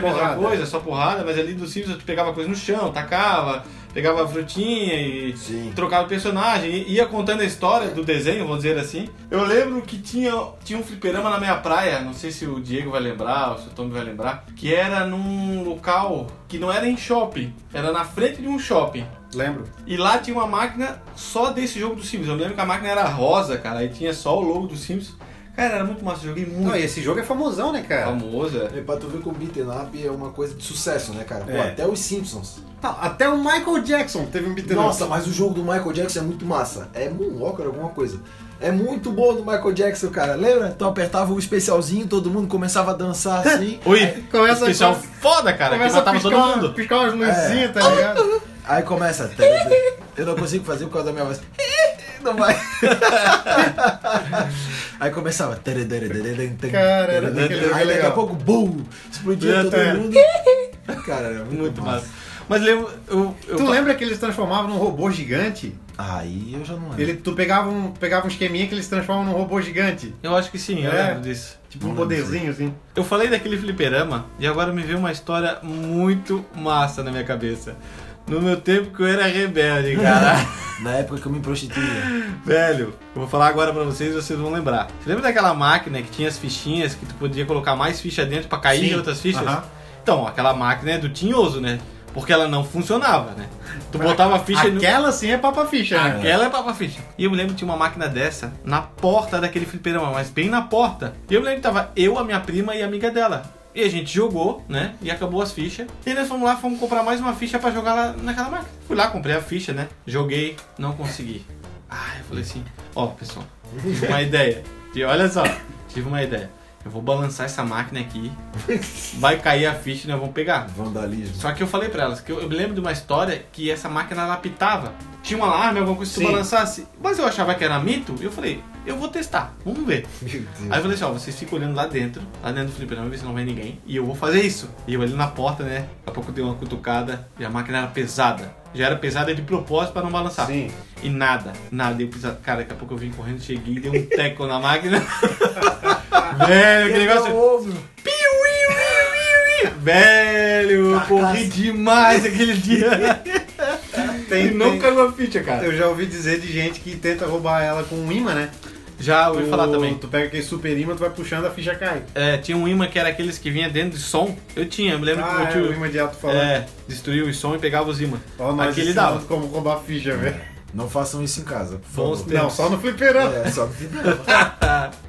A: Só
C: a mesma
A: porrada.
C: coisa, só porrada, mas ali do Simpsons tu pegava coisa no chão, tacava, pegava a frutinha e
B: Sim.
C: trocava o personagem, e ia contando a história do desenho, vamos dizer assim. Eu lembro que tinha, tinha um fliperama na minha praia, não sei se o Diego vai lembrar, ou se o Tommy vai lembrar, que era num local que não era em shopping, era na frente de um shopping.
A: Lembro.
C: E lá tinha uma máquina só desse jogo do Sims. Eu lembro que a máquina era rosa, cara, e tinha só o logo do Sims. Cara, era muito massa, eu joguei muito.
A: Não, e esse jogo é famosão, né, cara?
C: Famoso, é.
B: E pra tu ver como beat'em up é uma coisa de sucesso, né, cara? Pô,
A: É.
B: até os Simpsons.
A: Tá, até o Michael Jackson teve um beat'em
B: Nossa,
A: up.
B: mas o jogo do Michael Jackson é muito massa. É Moonwalker, alguma coisa. É muito bom do Michael Jackson, cara. Lembra? Tu apertava o especialzinho, todo mundo começava a dançar assim.
C: Ui,
A: É, Começa-
C: especial
A: começa-
C: foda, cara, que
A: Começa a
C: matava
A: piscar,
C: todo mundo.
A: piscar umas luzinhas, tá ligado?
B: Aí começa. tá Eu não consigo fazer por causa da minha voz. Não vai. Aí começava.
A: Cara, era daquele jogo
B: Aí daqui a
A: legal.
B: pouco, bum! Explodia todo
A: É.
B: mundo. Cara, era muito,
C: Muito massa. Mas lembro, eu, eu-
A: Tu lembra que eles transformavam num robô gigante?
B: Aí eu já não lembro.
A: Ele, tu pegava um, pegava um esqueminha que eles transformam num robô gigante.
C: eu acho que sim, eu
A: É.
C: lembro disso.
A: Tipo um poderzinho, assim.
C: Eu falei daquele fliperama e agora me veio uma história muito massa na minha cabeça. No meu tempo que eu era rebelde, cara.
B: Na época que eu me prostituía.
C: Velho, eu vou falar agora pra vocês e vocês vão lembrar. Você lembra daquela máquina que tinha as fichinhas que tu podia colocar mais ficha dentro pra cair
A: Sim.
C: em outras fichas?
A: Aham.
C: Então, aquela máquina é do tinhoso, né? Porque ela não funcionava, né? Tu botava a ficha no-
A: Aquela sim é papa ficha, né?
C: Aquela é papa ficha. E eu me lembro que tinha uma máquina dessa na porta daquele fliperama, mas bem na porta. E eu me lembro que tava eu, a minha prima e a amiga dela. E a gente jogou, né? E acabou as fichas. E nós fomos lá, fomos comprar mais uma ficha pra jogar lá naquela máquina. Fui lá, comprei a ficha, né? Joguei, não consegui. Ah, eu falei assim, ó, pessoal, tive uma ideia. E olha só, tive uma ideia. Eu vou balançar essa máquina aqui, vai cair a ficha e nós vamos pegar.
B: Vandalismo.
C: Só que eu falei pra elas que eu, eu me lembro de uma história que essa máquina ela pitava. Tinha um alarme, alguma coisa que tu
A: Sim.
C: balançasse. Mas eu achava que era mito. E eu falei, eu vou testar, vamos ver.
B: Meu Deus.
C: Aí eu falei assim, ó, vocês ficam olhando lá dentro, lá dentro do fliperama, ver se não vai ninguém. E eu vou fazer isso. E eu ali na porta, né? Daqui a pouco deu uma cutucada e a máquina era pesada. Já era pesada de propósito pra não balançar.
A: Sim.
C: E nada, nada. Eu pisa... Cara, daqui a pouco eu vim correndo, cheguei, dei um teco na máquina. Velho, aquele negócio.
B: um
C: Piu, iu, iu, iu, iu. Velho, eu corri demais aquele dia.
A: Tem-
C: e não
A: tem-
C: caiu a ficha, cara.
A: Eu já ouvi dizer de gente que tenta roubar ela com um imã, né?
C: Já ouvi
A: Tu-
C: falar também.
A: Tu pega aquele super imã, tu vai puxando, a ficha cai.
C: É, tinha um imã que era aqueles que vinha dentro de som. Eu tinha, eu me lembro que
A: Ah,
C: meu
A: é, o
C: tio
A: imã de alto falando.
C: é, destruía os som e pegava os imãs.
A: Ó, nós
C: Aquele
A: ensinando
C: dava.
A: como roubar ficha, velho.
B: Não façam isso em casa, por
C: Bons
B: favor.
A: Não,
C: Temos.
A: só no fliperama.
B: É, só que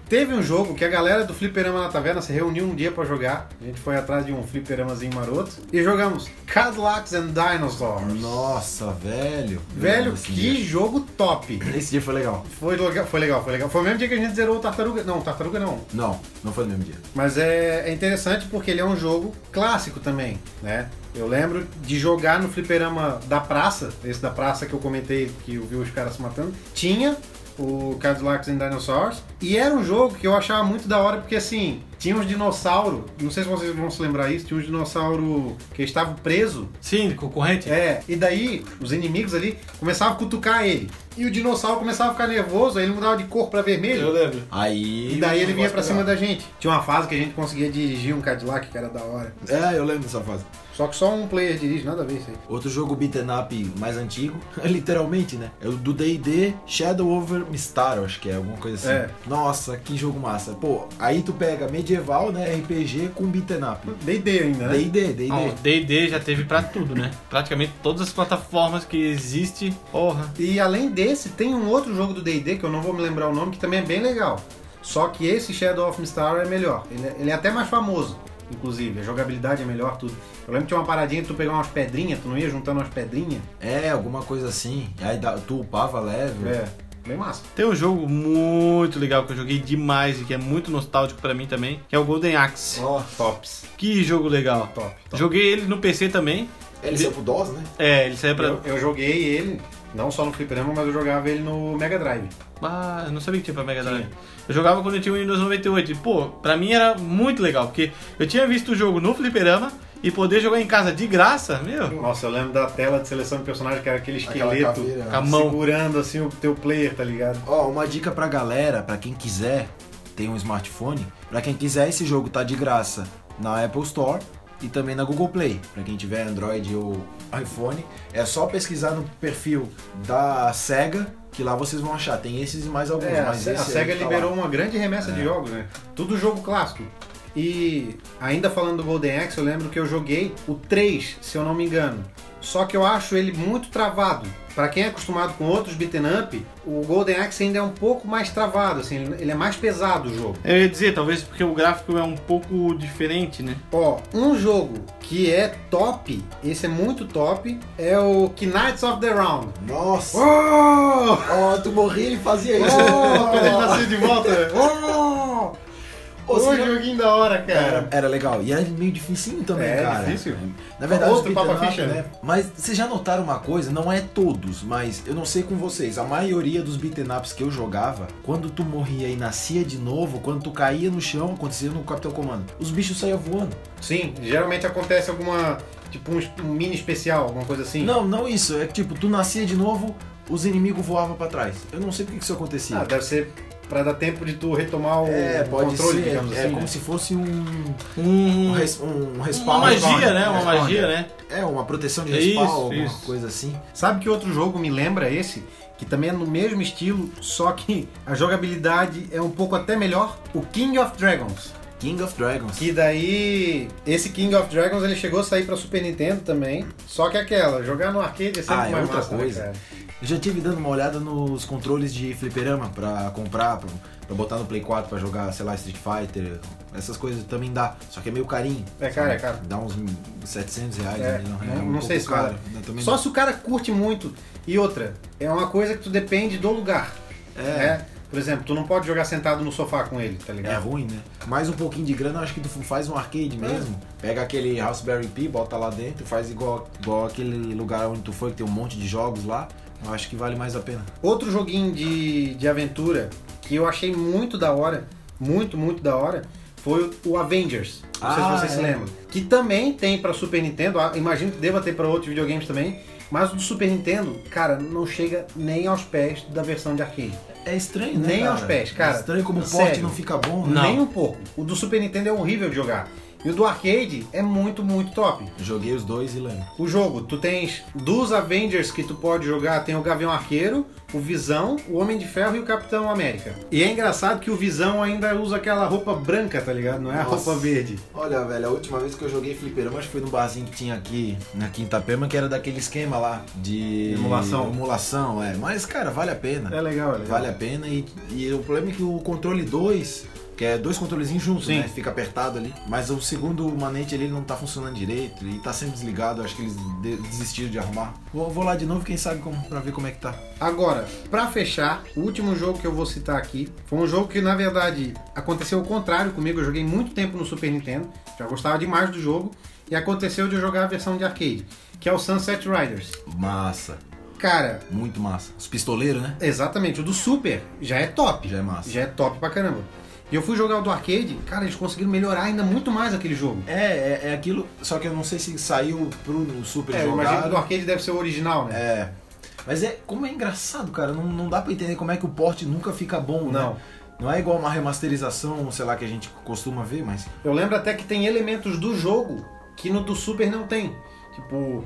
A: Teve um jogo que a galera do Fliperama na Taverna se reuniu um dia pra jogar. A gente foi atrás de um fliperamazinho maroto e jogamos Cadillacs and Dinosaurs.
B: Nossa, velho.
A: Velho,
B: Esse
A: que
B: dia-
A: jogo top!
B: Esse dia foi legal.
A: Foi legal, foi legal, foi legal. Foi o mesmo dia que a gente zerou o Tartaruga. Não, Tartaruga não.
B: Não, não foi no mesmo dia.
A: Mas é, é interessante porque ele é um jogo clássico também, né? Eu lembro de jogar no fliperama da praça, esse da praça que eu comentei, que eu vi os caras se matando. Tinha o Cadillacs and Dinosaurs. E era um jogo que eu achava muito da hora, porque assim, tinha uns dinossauros, não sei se vocês vão se lembrar isso, tinha uns dinossauros que estavam presos
C: Sim, concorrente.
A: é, e daí os inimigos ali começavam a cutucar ele. E o dinossauro começava a ficar nervoso, aí ele mudava de cor pra vermelho.
C: Eu lembro.
B: Aí.
A: E daí ele
B: o
A: vinha
B: negócio é
A: pra cima
B: pegava.
A: da gente. Tinha uma fase que a gente conseguia dirigir um Cadillac, que era da hora.
B: É, eu lembro dessa fase.
A: Só que só um player dirige, nada a ver isso aí.
B: Outro jogo beaten up mais antigo, literalmente, né? É o do D&D Shadow Over Mistar, eu acho que é, alguma coisa assim.
A: É.
B: Nossa, que jogo massa. Pô, aí tu pega medieval, né, RPG com beaten up.
A: D&D ainda, né?
B: D&D, D&D.
C: Ah, o D&D já teve pra tudo, né? Praticamente todas as plataformas que existe. Porra.
A: E além desse, tem um outro jogo do D&D, que eu não vou me lembrar o nome, que também é bem legal. Só que esse Shadow of Mistar é melhor. Ele é, ele é até mais famoso, inclusive. A jogabilidade é melhor, tudo. Eu lembro que tinha uma paradinha que tu pegava umas pedrinhas, tu não ia juntando umas pedrinhas.
B: É, alguma coisa assim. Aí dá- tu upava level.
A: É, bem massa.
C: Tem um jogo muito legal que eu joguei demais e que é muito nostálgico pra mim também, que é o Golden Axe.
B: Ó,
A: Tops.
C: Que jogo legal.
A: Top, top.
C: Joguei ele no PC também.
B: ele saiu pro DOS, né?
C: É, ele saiu pra.
A: Eu, eu joguei ele, não só no fliperama, mas eu jogava ele no Mega Drive.
C: Ah, eu não sabia que tinha pra Mega Drive.
A: Tinha.
C: Eu jogava quando eu tinha o Windows 98. E, pô, pra mim era muito legal, porque eu tinha visto o jogo no fliperama e poder jogar em casa de graça, meu.
A: Nossa, eu lembro da tela de seleção de personagem que era aquele
B: Aquela
A: esqueleto
B: caveira. né?
C: Com a mão.
A: segurando assim o teu player, tá ligado?
B: Ó, uma dica pra galera, pra quem quiser tem um smartphone, pra quem quiser esse jogo tá de graça na Apple Store e também na Google Play. Pra quem tiver Android ou iPhone, é só pesquisar no perfil da Sega que lá vocês vão achar. Tem esses e mais alguns,
A: É, a,
B: mas
A: Se- a
B: esse aí
A: SEGA
B: tá lá. É.
A: liberou uma grande remessa de jogos, né? Tudo jogo clássico. E ainda falando do Golden Axe, eu lembro que eu joguei o 3, se eu não me engano. Só que eu acho ele muito travado. Pra quem é acostumado com outros beaten up, o Golden Axe ainda é um pouco mais travado, assim, ele- ele é mais pesado o jogo.
C: Eu ia dizer, talvez porque o gráfico é um pouco diferente, né?
A: Ó, um jogo que é top, esse é muito top, é o Knights of the Round.
B: Nossa!
A: Oh!
B: Ó, tu morria ele fazia isso.
A: Oh, quando ele nasceu de volta. Oh!
B: Ô,
A: Ô,
B: você já-
A: joguinho da hora,
B: Era,
A: cara.
B: era legal. E era meio dificinho também,
A: É,
B: cara.
A: difícil.
B: Na verdade,
A: Outro
B: os beat'em
A: Papa
B: up,
A: Ficha, né?
B: Mas vocês já notaram uma coisa? Não é todos, mas eu não sei com vocês. A maioria dos beaten ups que eu jogava, quando tu morria e nascia de novo, quando tu caía no chão, acontecia no Capitão Comando. Os bichos saíam voando.
A: Sim, geralmente acontece alguma. Tipo um, es- um mini especial, alguma coisa assim.
B: Não, não isso. É que tipo, tu nascia de novo, os inimigos voavam pra trás. Eu não sei porque que isso acontecia.
A: Ah, deve ser pra dar tempo de tu retomar o
B: é,
A: o
B: pode
A: controle,
B: ser.
A: digamos
B: é
A: assim.
B: como
A: né?
B: se fosse um, um,
C: Um,
B: res- um
C: uma
B: respawn.
C: magia, né? Uma
B: Respawn,
C: magia, né?
B: É, uma proteção de
C: Isso,
B: respawn, alguma
C: isso.
B: coisa assim.
A: Sabe que outro jogo me lembra esse? Que também é no mesmo estilo, só que a jogabilidade é um pouco até melhor. O King of Dragons.
B: King of Dragons.
A: Que daí, esse King of Dragons ele chegou a sair pra Super Nintendo também. Só que aquela, jogar no arcade é sempre
B: Ah, é
A: mais
B: outra
A: massa, né,
B: coisa.
A: cara?
B: Eu já tive dando uma olhada nos controles de fliperama pra comprar, pra, pra botar no Play 4 pra jogar, sei lá, Street Fighter. Essas coisas também dá, só que é meio carinho.
A: É caro, é caro.
B: Dá uns 700 reais,
A: É,
B: né?
A: não-
B: um
A: não sei
B: pouco
A: se
B: caro.
A: vale.
B: né? Também
A: Só se o cara curte muito. E outra, é uma coisa que tu depende do lugar. É. Por exemplo, tu não pode jogar sentado no sofá com ele, tá
B: É
A: ligado?
B: ruim, né? Mais um pouquinho de grana, acho que tu faz um
A: É.
B: arcade mesmo. Pega aquele Raspberry Pi, bota lá dentro, faz igual, igual aquele lugar onde tu foi, que tem um monte de jogos lá. Eu acho que vale mais a pena.
A: Outro joguinho de, de aventura que eu achei muito da hora, muito, muito da hora, foi o- o Avengers. Não sei se
B: Ah,
A: vocês se
B: é.
A: lembram. Que também tem pra Super Nintendo, ah, imagino que deva ter pra outros videogames também. Mas o do Super Nintendo, cara, não chega nem aos pés da versão de arcade.
B: É estranho, né?
A: Nem
B: cara?
A: aos pés, cara.
B: É estranho como o porte
A: Sério.
B: não fica bom, né?
C: Não.
A: Nem um pouco. O do Super Nintendo é horrível de jogar. E o do arcade é muito, muito top.
B: Joguei os dois e lembro.
A: O jogo, tu tens dos Avengers que tu pode jogar, tem o Gavião Arqueiro, o Visão, o Homem de Ferro e o Capitão América. E é engraçado que o Visão ainda usa aquela roupa branca, tá ligado? Não é a
B: Nossa.
A: roupa verde.
B: Olha, velho, a última vez que eu joguei fliperama acho que foi num barzinho que tinha aqui na Quinta Pema, que era daquele esquema lá de
A: Emulação.
B: Emulação, é. Mas, cara, vale a pena.
A: É legal, é legal.
B: Vale a pena e, e o problema é que o controle 2, que é dois controlezinhos juntos,
A: Sim.
B: né? Fica apertado ali. Mas o segundo manete ali ele não tá funcionando direito e tá sempre desligado. Acho que eles de- desistiram de arrumar. Vou, vou lá de novo, quem sabe, como, pra ver como é que tá.
A: Agora, pra fechar, o último jogo que eu vou citar aqui foi um jogo que na verdade aconteceu o contrário comigo. Eu joguei muito tempo no Super Nintendo, já gostava demais do jogo e aconteceu de eu jogar a versão de arcade, que é o Sunset Riders.
B: Massa,
A: Cara,
B: muito massa. Os pistoleiros, né?
A: Exatamente, o do Super já é top.
B: Já é massa.
A: Já é top pra caramba. E eu fui jogar o do arcade, cara, eles conseguiram melhorar ainda muito mais aquele jogo.
B: É, é, é aquilo, só que eu não sei se saiu pro Super
A: É, eu imagino que o do
B: jogado.
A: arcade deve ser o original, né?
B: É. Mas é como é engraçado, cara, não, não dá pra entender como é que o porte nunca fica bom, né?
A: Não.
B: Não é igual uma remasterização, sei lá, que a gente costuma ver, mas.
A: Eu lembro até que tem elementos do jogo que no do Super não tem. Tipo, um,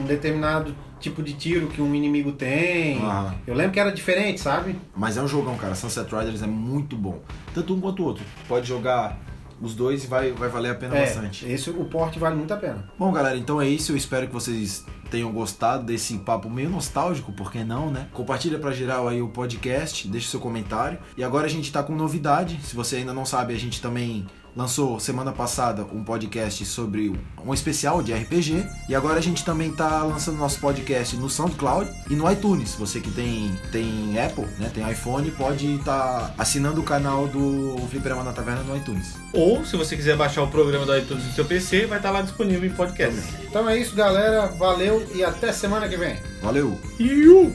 A: um determinado tipo de tiro que um inimigo tem.
B: Aham.
A: Eu lembro que era diferente, sabe?
B: Mas é um jogão, cara. Sunset Riders é muito bom. Tanto um quanto o outro. Pode jogar os dois e vai, vai valer a pena
A: É,
B: bastante.
A: esse o porte vale muito a pena.
B: Bom, galera, então é isso. Eu espero que vocês tenham gostado desse papo meio nostálgico, por que não, né? Compartilha pra geral aí o podcast, deixa o seu comentário. E agora a gente tá com novidade. Se você ainda não sabe, a gente também lançou semana passada um podcast sobre um especial de RPG. E agora a gente também tá lançando nosso podcast no SoundCloud e no iTunes. Você que tem, tem Apple, né? Tem iPhone, pode estar assinando o canal do Fliperama na Taverna no iTunes.
C: Ou, se você quiser baixar o programa do iTunes no seu PC, vai estar lá disponível em podcast.
A: Então é isso, galera. Valeu e até semana que vem.
B: Valeu!
C: Iu!